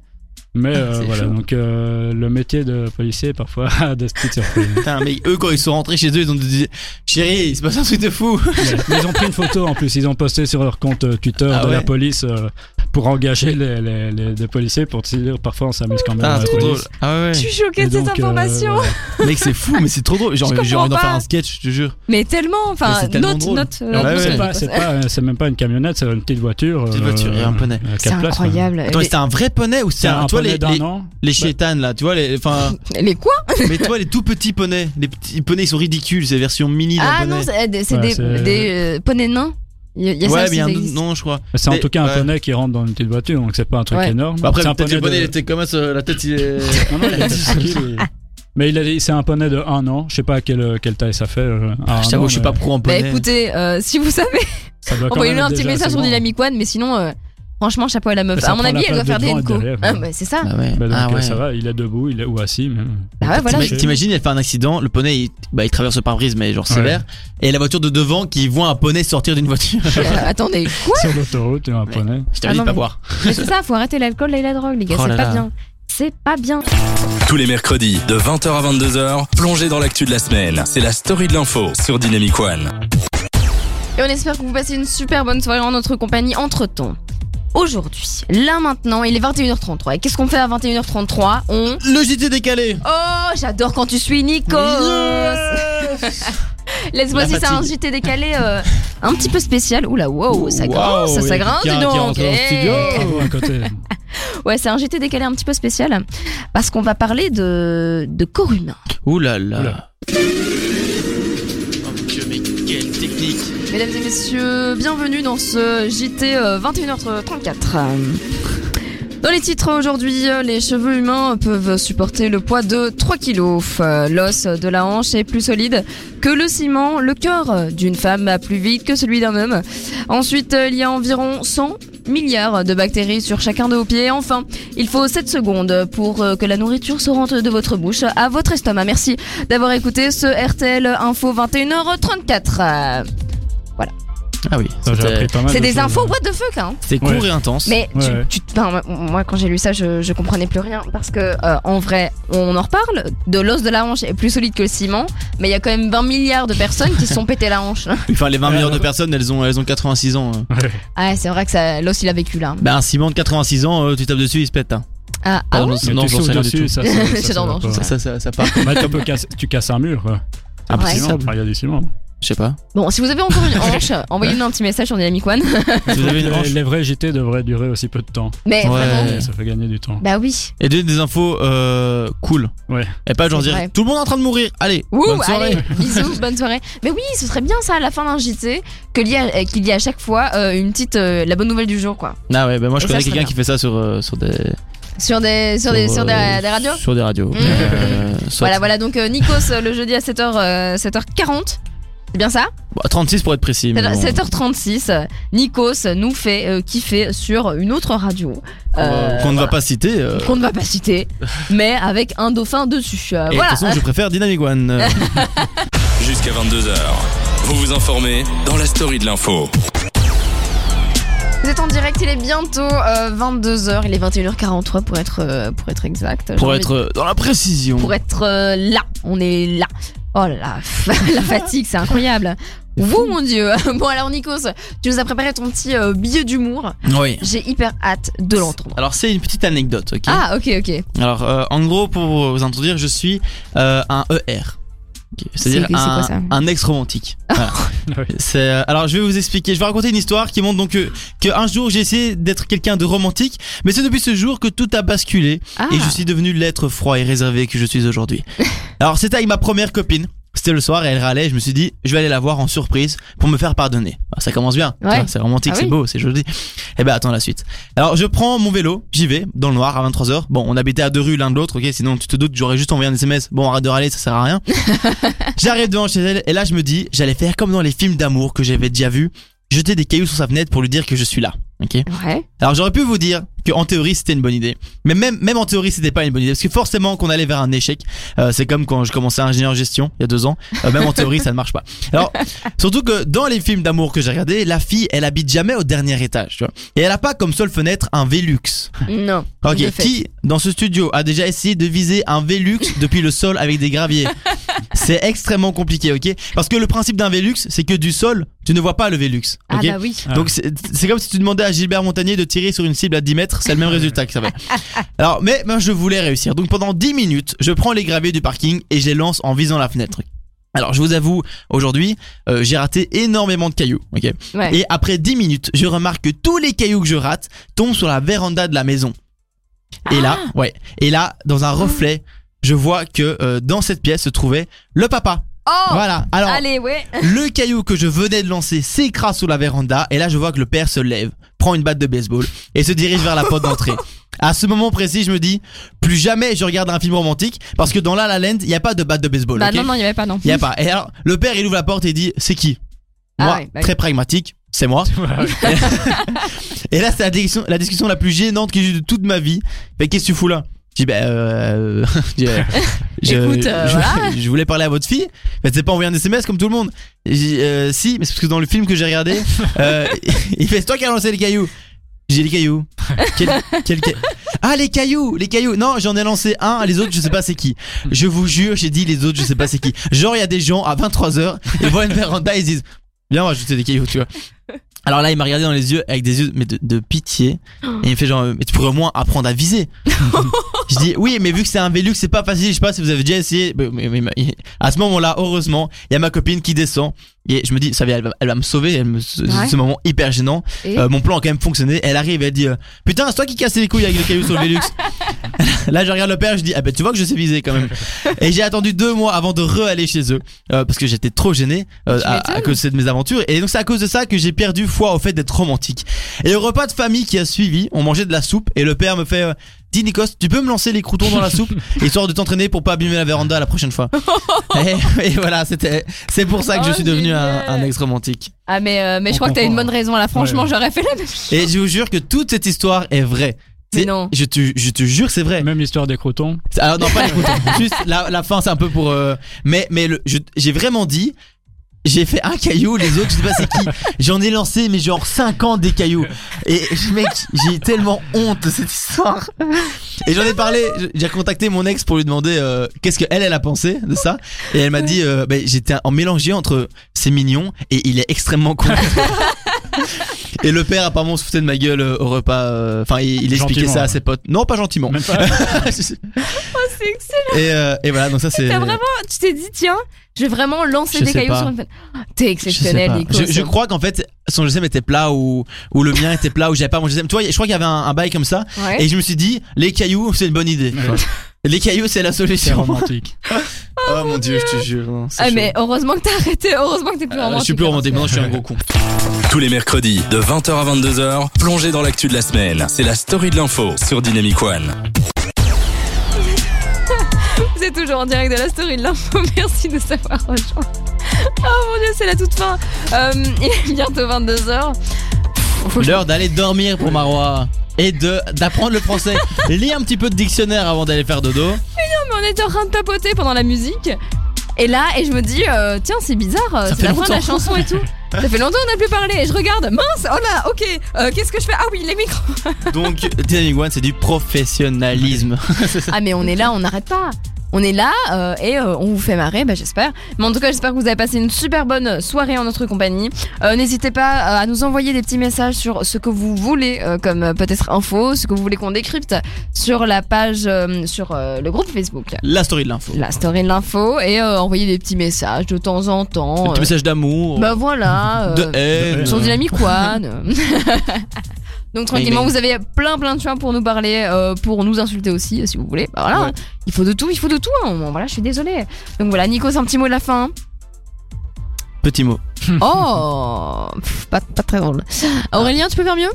Speaker 4: Mais euh,
Speaker 3: C'est
Speaker 4: voilà,
Speaker 3: chaud.
Speaker 4: donc euh, le métier de policier parfois a des petites surprises.
Speaker 3: Putain, mais eux, quand ils sont rentrés chez eux, ils ont dit Chérie, il se passe un truc de fou.
Speaker 4: Ouais. Mais ils ont pris une photo en plus, ils ont posté sur leur compte euh, Twitter
Speaker 3: Ah
Speaker 4: de la
Speaker 3: ouais.
Speaker 4: police euh, pour engager les, les- les- des policiers pour dire parfois on s'amuse quand même.
Speaker 3: Ah,
Speaker 4: à la
Speaker 3: c'est trop drôle.
Speaker 4: police.
Speaker 3: Ah ouais,
Speaker 2: Je
Speaker 3: ouais.
Speaker 2: suis choquée
Speaker 4: Et
Speaker 2: de cette
Speaker 4: donc, euh,
Speaker 2: information.
Speaker 4: voilà.
Speaker 3: Mec, c'est fou, mais c'est trop drôle. Genre,
Speaker 2: Je
Speaker 3: j'ai envie d'en
Speaker 2: comprends
Speaker 3: faire
Speaker 2: pas.
Speaker 3: un sketch, je te jure.
Speaker 2: Mais tellement,
Speaker 3: Mais
Speaker 2: enfin,
Speaker 3: c'est tellement
Speaker 2: note,
Speaker 3: drôle.
Speaker 2: note. euh,
Speaker 4: Et en
Speaker 2: note,
Speaker 3: Ouais,
Speaker 4: plus,
Speaker 3: ouais.
Speaker 4: Ah c'est pas-
Speaker 2: note.
Speaker 4: c'est pas- c'est même pas une camionnette, c'est une petite voiture.
Speaker 3: Petite voiture et un poney.
Speaker 4: à quatre
Speaker 2: C'est
Speaker 4: places,
Speaker 2: incroyable.
Speaker 3: Attends, mais c'était un vrai poney ou
Speaker 4: quoi.
Speaker 3: c'était
Speaker 4: Eh C'est
Speaker 3: un.
Speaker 4: un
Speaker 3: Toi,
Speaker 4: poney
Speaker 3: les,
Speaker 4: d'un
Speaker 3: les,
Speaker 4: an.
Speaker 3: les chétanes, là, tu vois, les. Enfin.
Speaker 2: Les, les quoi
Speaker 3: mais toi, les tout petits poneys. Les petits poneys, ils sont ridicules, c'est version mini d'un
Speaker 2: Ah
Speaker 3: poney.
Speaker 2: non, c'est des, c'est
Speaker 4: Ouais,
Speaker 2: des-
Speaker 4: c'est-
Speaker 2: des, euh, poneys nains. Il y a- il y a ça
Speaker 3: ouais,
Speaker 2: aussi,
Speaker 3: mais un
Speaker 2: ça
Speaker 3: autre
Speaker 2: existe.
Speaker 3: nom, je crois.
Speaker 4: C'est en
Speaker 3: Mais-
Speaker 4: tout cas un
Speaker 3: ouais.
Speaker 4: poney qui rentre dans une petite voiture, donc c'est pas un truc
Speaker 2: Ouais.
Speaker 4: énorme.
Speaker 3: Après,
Speaker 4: C'est un
Speaker 3: peut-être les
Speaker 4: poney
Speaker 3: poneys,
Speaker 4: de-
Speaker 3: il était comme ça, la tête, il est.
Speaker 4: Non, non, il est tranquille, il- Mais il a- c'est un poney de 1 an, je sais pas quelle, quelle taille ça fait. euh, un
Speaker 3: Ah, Je t'avoue,
Speaker 4: an,
Speaker 3: je suis
Speaker 4: mais
Speaker 3: pas pro en
Speaker 2: Bah
Speaker 3: poney.
Speaker 2: écoutez, euh, si vous savez,
Speaker 4: ça doit quand
Speaker 2: envoyez-lui
Speaker 4: même
Speaker 2: un
Speaker 4: être
Speaker 2: petit
Speaker 4: déjà
Speaker 2: message
Speaker 4: assez
Speaker 2: sur
Speaker 4: grand.
Speaker 2: Dynamic One, mais sinon, euh, franchement, chapeau à la meuf.
Speaker 4: Mais ça
Speaker 2: À mon
Speaker 4: prend la
Speaker 2: avis, elle doit faire
Speaker 4: place de
Speaker 2: des
Speaker 4: devant et de
Speaker 2: headcos.
Speaker 4: derrière,
Speaker 2: Ah,
Speaker 4: ouais.
Speaker 2: bah, c'est ça.
Speaker 3: Ah ouais.
Speaker 4: Bah, donc,
Speaker 3: ah
Speaker 4: euh,
Speaker 3: ouais.
Speaker 4: ça va, il est debout, il est ou assis. Même.
Speaker 2: Bah ouais, voilà.
Speaker 3: T'ima- T'imagines, elle fait un accident, le poney il, bah, il traverse le pare-brise, mais genre
Speaker 4: Ouais.
Speaker 3: sévère, et la voiture de devant qui voit un poney sortir d'une voiture.
Speaker 2: Euh, attendez, quoi
Speaker 4: Sur l'autoroute, il y a un
Speaker 3: Ouais.
Speaker 4: poney.
Speaker 3: Je
Speaker 2: Ah
Speaker 3: t'avais dit
Speaker 2: non,
Speaker 3: de pas
Speaker 2: mais-
Speaker 3: boire.
Speaker 2: Mais c'est ça, faut arrêter l'alcool et la drogue, les gars,
Speaker 3: Oh
Speaker 2: c'est
Speaker 3: là
Speaker 2: pas
Speaker 3: là.
Speaker 2: bien. C'est pas bien.
Speaker 1: Tous les mercredis de 20h à 22h, plongez dans l'actu de la semaine. C'est la story de l'info sur Dynamic One.
Speaker 2: Et on espère que vous passez une super bonne soirée en notre compagnie entre-temps. Aujourd'hui, là maintenant, il est 21h33. Et qu'est-ce qu'on fait à 21h33 On...
Speaker 3: Le JT décalé
Speaker 2: Oh, j'adore quand tu suis Nico Laisse-moi
Speaker 3: La
Speaker 2: si c'est un
Speaker 3: fatigue.
Speaker 2: JT décalé euh, un petit peu spécial. Oula, wow, ça
Speaker 3: Wow,
Speaker 2: grince, ça,
Speaker 4: il y
Speaker 2: ça
Speaker 4: a
Speaker 2: grince,
Speaker 4: quelqu'un
Speaker 2: dis
Speaker 4: qui est
Speaker 2: donc.
Speaker 4: rentré dans le
Speaker 2: Hey.
Speaker 4: studio, à côté.
Speaker 2: Ouais, c'est un JT décalé un petit peu spécial parce qu'on va parler de, de corps humain.
Speaker 3: Ouh là là.
Speaker 4: Oula.
Speaker 3: Oh mon dieu, mais quelle technique
Speaker 2: Mesdames et messieurs, bienvenue dans ce JT euh, 21h34. Dans les titres aujourd'hui, euh, les cheveux humains peuvent supporter le poids de 3 kilos. Euh, L'os de la hanche est plus solide que le ciment. Le cœur d'une femme va plus vite que celui d'un homme. Ensuite, euh, il y a environ 100 milliards de bactéries sur chacun de vos pieds. Enfin, il faut 7 secondes pour euh, que la nourriture se rentre de votre bouche à votre estomac. Merci d'avoir écouté ce RTL Info 21h34. Euh,
Speaker 3: Ah oui,
Speaker 4: J'ai appris
Speaker 3: c'était
Speaker 4: pas mal
Speaker 2: C'est
Speaker 4: de
Speaker 2: des
Speaker 4: choses.
Speaker 2: infos what the fuck hein
Speaker 3: c'était court
Speaker 4: Ouais.
Speaker 3: et intense.
Speaker 2: mais tu-
Speaker 4: Ouais, ouais.
Speaker 2: tu, enfin, moi quand j'ai lu ça je, je comprenais plus rien parce que euh, en vrai on en reparle de l'os de la hanche est plus solide que le ciment mais il y a quand même 20 milliards de personnes qui se sont pété la hanche.
Speaker 3: Enfin, les 20 milliards de personnes, elles ont, elles ont 86 ans. euh.
Speaker 4: Ouais.
Speaker 2: Ah c'est vrai que ça- l'os il a vécu là.
Speaker 3: Bah, un ciment de 86 ans, euh, tu tapes dessus, il se pète. hein.
Speaker 2: Ah, ah
Speaker 3: Pardon,
Speaker 2: ouais
Speaker 4: Mais
Speaker 3: non,
Speaker 4: tu
Speaker 3: j'en
Speaker 4: souffles
Speaker 3: sais rien du
Speaker 4: dessus,
Speaker 3: tout.
Speaker 4: ça, ça, ça,
Speaker 2: C'est
Speaker 4: ça
Speaker 2: dans-
Speaker 4: va pas.
Speaker 3: Ça, ça, ça, ça part.
Speaker 4: Bah, tu peux casser- tu casses un mur. quoi.
Speaker 3: Impossible.
Speaker 4: Ah, Il y a du ciment.
Speaker 3: Je sais pas.
Speaker 2: Bon si vous avez encore une hanche envoyez-nous un petit message sur Dynamic One
Speaker 3: Si vous avez une
Speaker 4: les,
Speaker 3: hanche.
Speaker 4: les vrais JT devraient durer aussi peu de temps.
Speaker 2: mais
Speaker 3: Ouais.
Speaker 2: vraiment
Speaker 4: Ça fait gagner du temps.
Speaker 2: bah oui.
Speaker 3: Et donner des infos euh, cool.
Speaker 4: Ouais.
Speaker 3: Et pas genre
Speaker 2: C'est
Speaker 3: dire
Speaker 2: vrai.
Speaker 3: tout le monde est en train de mourir. Allez,
Speaker 2: Ouh,
Speaker 3: bonne soirée.
Speaker 2: allez, bisous, bonne soirée. Mais oui, ce serait bien ça à la fin d'un JT que l'il y a- euh, qu'il y ait à chaque fois euh, une petite euh, la bonne nouvelle du jour quoi.
Speaker 3: Ah ouais, bah moi je
Speaker 2: Et ça,
Speaker 3: connais
Speaker 2: c'est
Speaker 3: quelqu'un
Speaker 2: bien.
Speaker 3: qui fait ça sur, euh, sur des.
Speaker 2: Sur des sur des sur des,
Speaker 3: euh,
Speaker 2: des radios
Speaker 3: Sur des radios.
Speaker 2: Mmh.
Speaker 3: Euh, soit-
Speaker 2: Voilà, voilà, donc euh, Nikos euh, le jeudi à 7h, euh, 7h40. C'est bien ça
Speaker 3: Bon, 36 pour être précis. mais bon.
Speaker 2: 7h36, euh, Nikos nous fait euh, kiffer sur une autre radio euh,
Speaker 3: Qu'on ne va pas citer. euh,
Speaker 2: qu'on ne va pas citer, mais avec un dauphin dessus. Euh,
Speaker 3: et
Speaker 2: voilà.
Speaker 3: de toute façon, je préfère Dynamic One. euh.
Speaker 1: Jusqu'à 22h. Vous vous informez dans la story de l'info.
Speaker 2: Vous êtes en direct, il est bientôt 22h, il est 21h43 pour être, euh, pour être exact. J'ai
Speaker 3: pour
Speaker 2: envie
Speaker 3: être euh, dans la précision.
Speaker 2: de- pour être euh, là, on est là. Oh là là, la fatigue, c'est incroyable. Vous, mon Dieu. Bon, alors, Nikos, tu nous as préparé ton petit euh, billet d'humour.
Speaker 3: Oui.
Speaker 2: J'ai hyper hâte de l'entendre.
Speaker 3: Alors, c'est une petite anecdote, ok
Speaker 2: Ah, ok, ok.
Speaker 3: Alors, euh, en gros, pour vous introduire, je suis euh, un ER. Ok, C'est-à-dire
Speaker 2: C'est- c'est quoi
Speaker 3: un,
Speaker 2: ça
Speaker 3: un ex-romantique. Voilà.
Speaker 4: Ouais.
Speaker 3: C'est, euh, alors, je vais vous expliquer. Je vais raconter une histoire qui montre donc que, que un jour j'ai essayé d'être quelqu'un de romantique, mais c'est depuis ce jour que tout a basculé
Speaker 2: Ah,
Speaker 3: et je suis devenu l'être froid et réservé que je suis aujourd'hui. alors, c'était avec ma première copine. C'était le soir et elle râlait. Je me suis dit, je vais aller la voir en surprise pour me faire pardonner. Ah, Ça commence bien.
Speaker 2: Ouais.
Speaker 3: Tu vois, C'est romantique,
Speaker 2: Ah
Speaker 3: c'est
Speaker 2: oui.
Speaker 3: beau, c'est joli. Eh ben, attends la suite. Alors, je prends mon vélo, j'y vais, dans le noir, à 23h. Bon, on habitait à deux rues l'un de l'autre, ok? Sinon, tu te doutes, j'aurais juste envoyé un SMS. Bon, arrête de râler, ça sert à rien. J'arrive devant chez elle, et là, je me dis, j'allais faire comme dans les films d'amour que j'avais déjà vus. jeter des cailloux sur sa fenêtre pour lui dire que je suis là. Ok.
Speaker 2: Ouais.
Speaker 3: Alors j'aurais pu vous dire que en théorie c'était une bonne idée, mais même même en théorie c'était pas une bonne idée parce que forcément qu'on allait vers un échec. Euh, c'est comme quand je commençais ingénieur gestion il y a deux ans. Euh, même en théorie ça ne marche pas. Alors surtout que dans les films d'amour que j'ai regardés, la fille elle habite jamais au dernier étage, tu vois. Et elle a pas comme seule fenêtre un Velux.
Speaker 2: Non.
Speaker 3: Ok.
Speaker 2: de fait.
Speaker 3: Qui dans ce studio a déjà essayé de viser un Velux depuis le sol avec des graviers C'est extrêmement compliqué, ok Parce que le principe d'un Velux c'est que du sol tu ne vois pas le Velux.
Speaker 2: Ah
Speaker 3: ok
Speaker 2: bah oui.
Speaker 4: Ah.
Speaker 3: donc c'est c'est comme si tu demandais à Gilbert Montagnier de tirer sur une cible à 10 mètres, c'est le même résultat que ça va. Alors, mais moi je voulais réussir. Donc pendant 10 minutes, je prends les graviers du parking et je les lance en visant la fenêtre. Alors je vous avoue, aujourd'hui, euh, j'ai raté énormément de cailloux. ok
Speaker 2: Ouais.
Speaker 3: et après 10 minutes, je remarque que tous les cailloux que je rate tombent sur la véranda de la maison. Et là,
Speaker 2: Ah.
Speaker 3: ouais. Et là, dans un reflet, je vois que euh, dans cette pièce se trouvait le papa.
Speaker 2: Oh
Speaker 3: voilà. Alors,
Speaker 2: Allez, ouais.
Speaker 3: le caillou que je venais de lancer s'écrase sous la véranda et là je vois que le père se lève, prend une batte de baseball et se dirige vers la porte d'entrée. À ce moment précis, je me dis plus jamais je regarde un film romantique parce que dans La La Land, il y a pas de batte de baseball.
Speaker 2: Bah
Speaker 3: ok
Speaker 2: non, non, il y avait pas non.
Speaker 3: Il y a pas. Et alors le père il ouvre la porte et dit c'est qui
Speaker 2: Ah
Speaker 3: Moi,
Speaker 2: ouais, bah
Speaker 3: très pragmatique, c'est moi. Et là c'est la discussion, la discussion la plus gênante que j'ai eue de toute ma vie. Mais qu'est-ce que tu fous là je dis bah euh, je, je-
Speaker 2: Écoute, euh,
Speaker 3: je-
Speaker 2: voilà.
Speaker 3: je voulais parler à votre fille mais c'est pas envoyer un SMS comme tout le monde. Et j'ai dit, euh, si, mais c'est parce que dans le film que j'ai regardé, euh, il fait c'est toi qui as lancé les cailloux. J'ai les cailloux. Quel- quel ca- Ah les cailloux, les cailloux. Non, j'en ai lancé un, les autres je sais pas c'est qui. Je vous jure, j'ai dit les autres je sais pas c'est qui. Genre il y a des gens à 23h, ils voient une véranda, ils se disent "Viens, on va jeter des cailloux, tu vois." Alors là, il m'a regardé dans les yeux avec des yeux mais de, de pitié et il me fait genre "Mais tu pourrais au moins apprendre à viser." je dis "Oui, mais vu que c'est un Velux, c'est pas facile, je sais pas si vous avez déjà essayé." Mais- mais- mais- mais- à ce moment-là, heureusement, il y a ma copine qui descend. Et je me dis, ça va, elle va, elle va me sauver. Elle me- ce,
Speaker 2: Ouais.
Speaker 3: ce moment hyper gênant.
Speaker 2: Et
Speaker 3: Euh, mon plan a quand même fonctionné. Elle arrive, elle dit, euh, putain, c'est toi qui casses les couilles avec les cailloux sur le Velux. Là, je regarde le père, je dis, ah ben tu vois que je sais viser quand même. Et j'ai attendu deux mois avant de re-aller chez eux euh, parce que j'étais trop gêné euh,
Speaker 2: Tu
Speaker 3: à,
Speaker 2: m'étonnes.
Speaker 3: à cause de mes aventures. Et donc c'est à cause de ça que j'ai perdu foi au fait d'être romantique. Et au repas de famille qui a suivi, on mangeait de la soupe et le père me fait. euh, Dis Nikos, tu peux me lancer les croutons dans la soupe histoire de t'entraîner pour pas abîmer la véranda la prochaine fois. et, et voilà, c'était, c'est pour ça que je
Speaker 2: Oh,
Speaker 3: suis devenu un,
Speaker 2: génial.
Speaker 3: un ex romantique.
Speaker 2: Ah, mais, euh, mais je
Speaker 4: On
Speaker 2: crois que t'as une
Speaker 4: comprend.
Speaker 2: bonne raison là. Franchement,
Speaker 4: Ouais.
Speaker 2: j'aurais fait la même chose.
Speaker 3: Et je vous jure que toute cette histoire est vraie.
Speaker 2: Mais
Speaker 3: C'est-
Speaker 2: non.
Speaker 3: Je te, je te jure que c'est vrai.
Speaker 4: Même l'histoire des crotons.
Speaker 3: C'est- Alors non, pas les croutons. Juste la, la fin, c'est un peu pour. euh, mais mais le- je- j'ai vraiment dit. J'ai fait un caillou, les autres, je sais pas c'est qui. J'en ai lancé, mais genre 50 des cailloux. Et mec, j'ai eu tellement honte de cette histoire. Et j'en ai parlé, j'ai contacté mon ex pour lui demander euh, qu'est-ce qu'elle, elle a pensé de ça. Et elle m'a dit, euh, ben, j'étais en mélangé entre c'est mignon et il est extrêmement con. et le père apparemment se foutait de ma gueule euh, au repas. euh, Enfin, il, il expliquait
Speaker 4: Gentiment,
Speaker 3: ça à
Speaker 4: ouais.
Speaker 3: ses potes. Non, pas gentiment.
Speaker 4: Même pas.
Speaker 2: C'est excellent.
Speaker 3: Et, euh, et voilà, donc ça c'est.
Speaker 2: T'as vraiment, tu t'es dit, tiens, je vais vraiment lancer
Speaker 3: Je
Speaker 2: des
Speaker 3: sais
Speaker 2: cailloux
Speaker 3: pas.
Speaker 2: sur une fenêtre. Oh, T'es
Speaker 3: Je, sais
Speaker 2: exceptionnel,
Speaker 3: pas.
Speaker 2: Nico.
Speaker 3: Je- je
Speaker 2: ça.
Speaker 3: crois qu'en fait son GSM était plat ou, ou le mien était plat ou j'avais pas mon GSM. Tu vois, je crois qu'il y avait un, un bail comme ça
Speaker 2: Ouais.
Speaker 3: et je me suis dit les cailloux c'est une bonne idée.
Speaker 4: Ouais.
Speaker 3: les cailloux c'est la
Speaker 4: C'est
Speaker 3: solution.
Speaker 4: romantique.
Speaker 3: Oh mon dieu, je te jure. non, c'est
Speaker 2: Ah,
Speaker 3: chaud.
Speaker 2: mais heureusement que t'as arrêté. Heureusement que t'es plus
Speaker 3: Euh,
Speaker 2: romantique.
Speaker 3: je suis plus romantique maintenant, je suis un gros con.
Speaker 1: Tous les mercredis de 20h à 22h, plongez dans l'actu de la semaine. C'est la story de l'info sur Dynamic One.
Speaker 2: Vous êtes toujours en direct de la story de l'info. Merci de savoir rejoint. Oh mon dieu, c'est la toute fin. Euh, il est bientôt 22h.
Speaker 3: L'heure d'aller dormir pour Marois et de d'apprendre le français. Lis un petit peu de dictionnaire avant d'aller faire dodo.
Speaker 2: Mais on était en train de papoter pendant la musique. Et là, et je me dis, euh, tiens, c'est bizarre, euh,
Speaker 3: Ça
Speaker 2: c'est
Speaker 3: fait
Speaker 2: la fin de la
Speaker 3: longtemps.
Speaker 2: chanson et tout. Ça fait longtemps qu'on n'a plus parlé. Et je regarde, mince, oh là, ok, euh, qu'est-ce que je fais Ah oui, les micros.
Speaker 3: Donc Dynamic One c'est du professionnalisme.
Speaker 2: Ah mais on est là, on n'arrête pas. On est là euh, et euh, on vous fait marrer, bah, j'espère. Mais en tout cas, j'espère que vous avez passé une super bonne soirée en notre compagnie. Euh, N'hésitez pas euh, à nous envoyer des petits messages sur ce que vous voulez euh, comme euh, peut-être info, ce que vous voulez qu'on décrypte sur la page, euh, sur euh, le groupe Facebook,
Speaker 3: La story de l'info.
Speaker 2: la story de l'info, et euh, envoyer des petits messages de temps en
Speaker 3: Un
Speaker 2: temps.
Speaker 3: petit
Speaker 2: euh,
Speaker 3: message d'amour,
Speaker 2: bah voilà.
Speaker 3: de
Speaker 2: euh,
Speaker 3: haine.
Speaker 2: sur Dynamic One. Donc tranquillement,
Speaker 3: Amen.
Speaker 2: vous avez plein plein de chemins pour nous parler, euh, pour nous insulter aussi, si vous voulez. Bah voilà,
Speaker 3: Ouais.
Speaker 2: il faut de tout, il faut de tout. hein. Voilà, je suis désolée. Donc voilà, Nico, c'est un petit mot de la fin.
Speaker 3: Petit mot.
Speaker 2: Oh, pff, pas, pas très drôle. Aurélien, tu peux faire mieux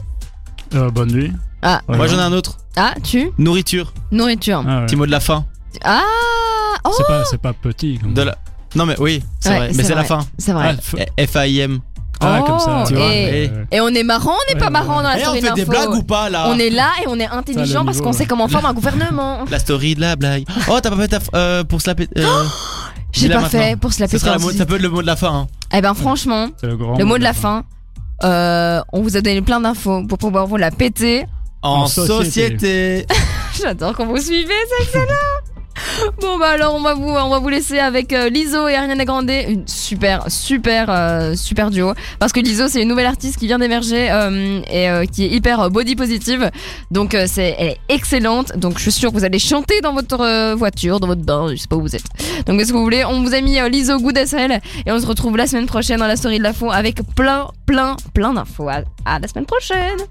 Speaker 4: Euh, bonne nuit.
Speaker 2: Ah.
Speaker 3: Moi
Speaker 4: Voilà.
Speaker 3: j'en ai un autre.
Speaker 2: Ah, tu
Speaker 3: Nourriture.
Speaker 2: Nourriture.
Speaker 4: Ah ouais.
Speaker 3: Petit mot de la fin.
Speaker 2: hein. Ah, oh,
Speaker 3: Mmh.
Speaker 4: C'est pas, c'est pas petit. comme-
Speaker 3: De la- Non mais oui, c'est
Speaker 2: Ouais,
Speaker 3: vrai.
Speaker 2: c'est
Speaker 3: Mais c'est la
Speaker 2: vrai.
Speaker 3: fin.
Speaker 2: c'est vrai.
Speaker 4: Ah, f-
Speaker 3: Eh, F-A-I-M.
Speaker 4: Ah,
Speaker 2: Oh,
Speaker 4: comme ça.
Speaker 3: tu vois.
Speaker 2: et-
Speaker 3: Et,
Speaker 4: Euh,
Speaker 2: Et on est marrant, on n'est
Speaker 4: Ouais,
Speaker 2: pas
Speaker 4: ouais,
Speaker 2: marrant
Speaker 4: ouais.
Speaker 2: dans la
Speaker 3: Eh, on
Speaker 2: story
Speaker 3: fait des
Speaker 2: d'info.
Speaker 3: blagues ou pas là
Speaker 2: On est là et on est
Speaker 4: Ça,
Speaker 2: intelligent
Speaker 4: le
Speaker 2: parce
Speaker 4: niveau,
Speaker 2: qu'on
Speaker 4: ouais.
Speaker 2: sait comment forme un gouvernement.
Speaker 3: La story de la blague. Oh, t'as pas fait ta. f- euh, pour se la péter. euh,
Speaker 2: J'ai
Speaker 3: Dis-la
Speaker 2: pas fait
Speaker 3: maintenant.
Speaker 2: pour se la
Speaker 3: ça,
Speaker 2: péter.
Speaker 3: sera la
Speaker 2: en
Speaker 3: mo-
Speaker 2: dix.
Speaker 3: ça peut être le mot de la fin. hein.
Speaker 2: Eh ben franchement,
Speaker 4: C'est le grand
Speaker 2: le mot de la fin. euh, on vous a donné plein d'infos pour pouvoir vous la péter.
Speaker 3: En,
Speaker 4: En
Speaker 3: société.
Speaker 4: société.
Speaker 2: J'adore quand vous suivez, c'est excellent. Bon bah alors on va vous on va vous laisser avec euh, Lizzo et Ariana Grande, une super super euh, super duo parce que Lizzo c'est une nouvelle artiste qui vient d'émerger euh, et euh, qui est hyper euh, body positive. Donc euh, c'est elle est excellente. Donc je suis sûre que vous allez chanter dans votre euh, voiture, dans votre bain, je sais pas où vous êtes. Donc ce que vous voulez, on vous a mis euh, Lizzo Good as Hell et on se retrouve la semaine prochaine dans la story de la fond avec plein plein plein d'infos. À- à la semaine prochaine.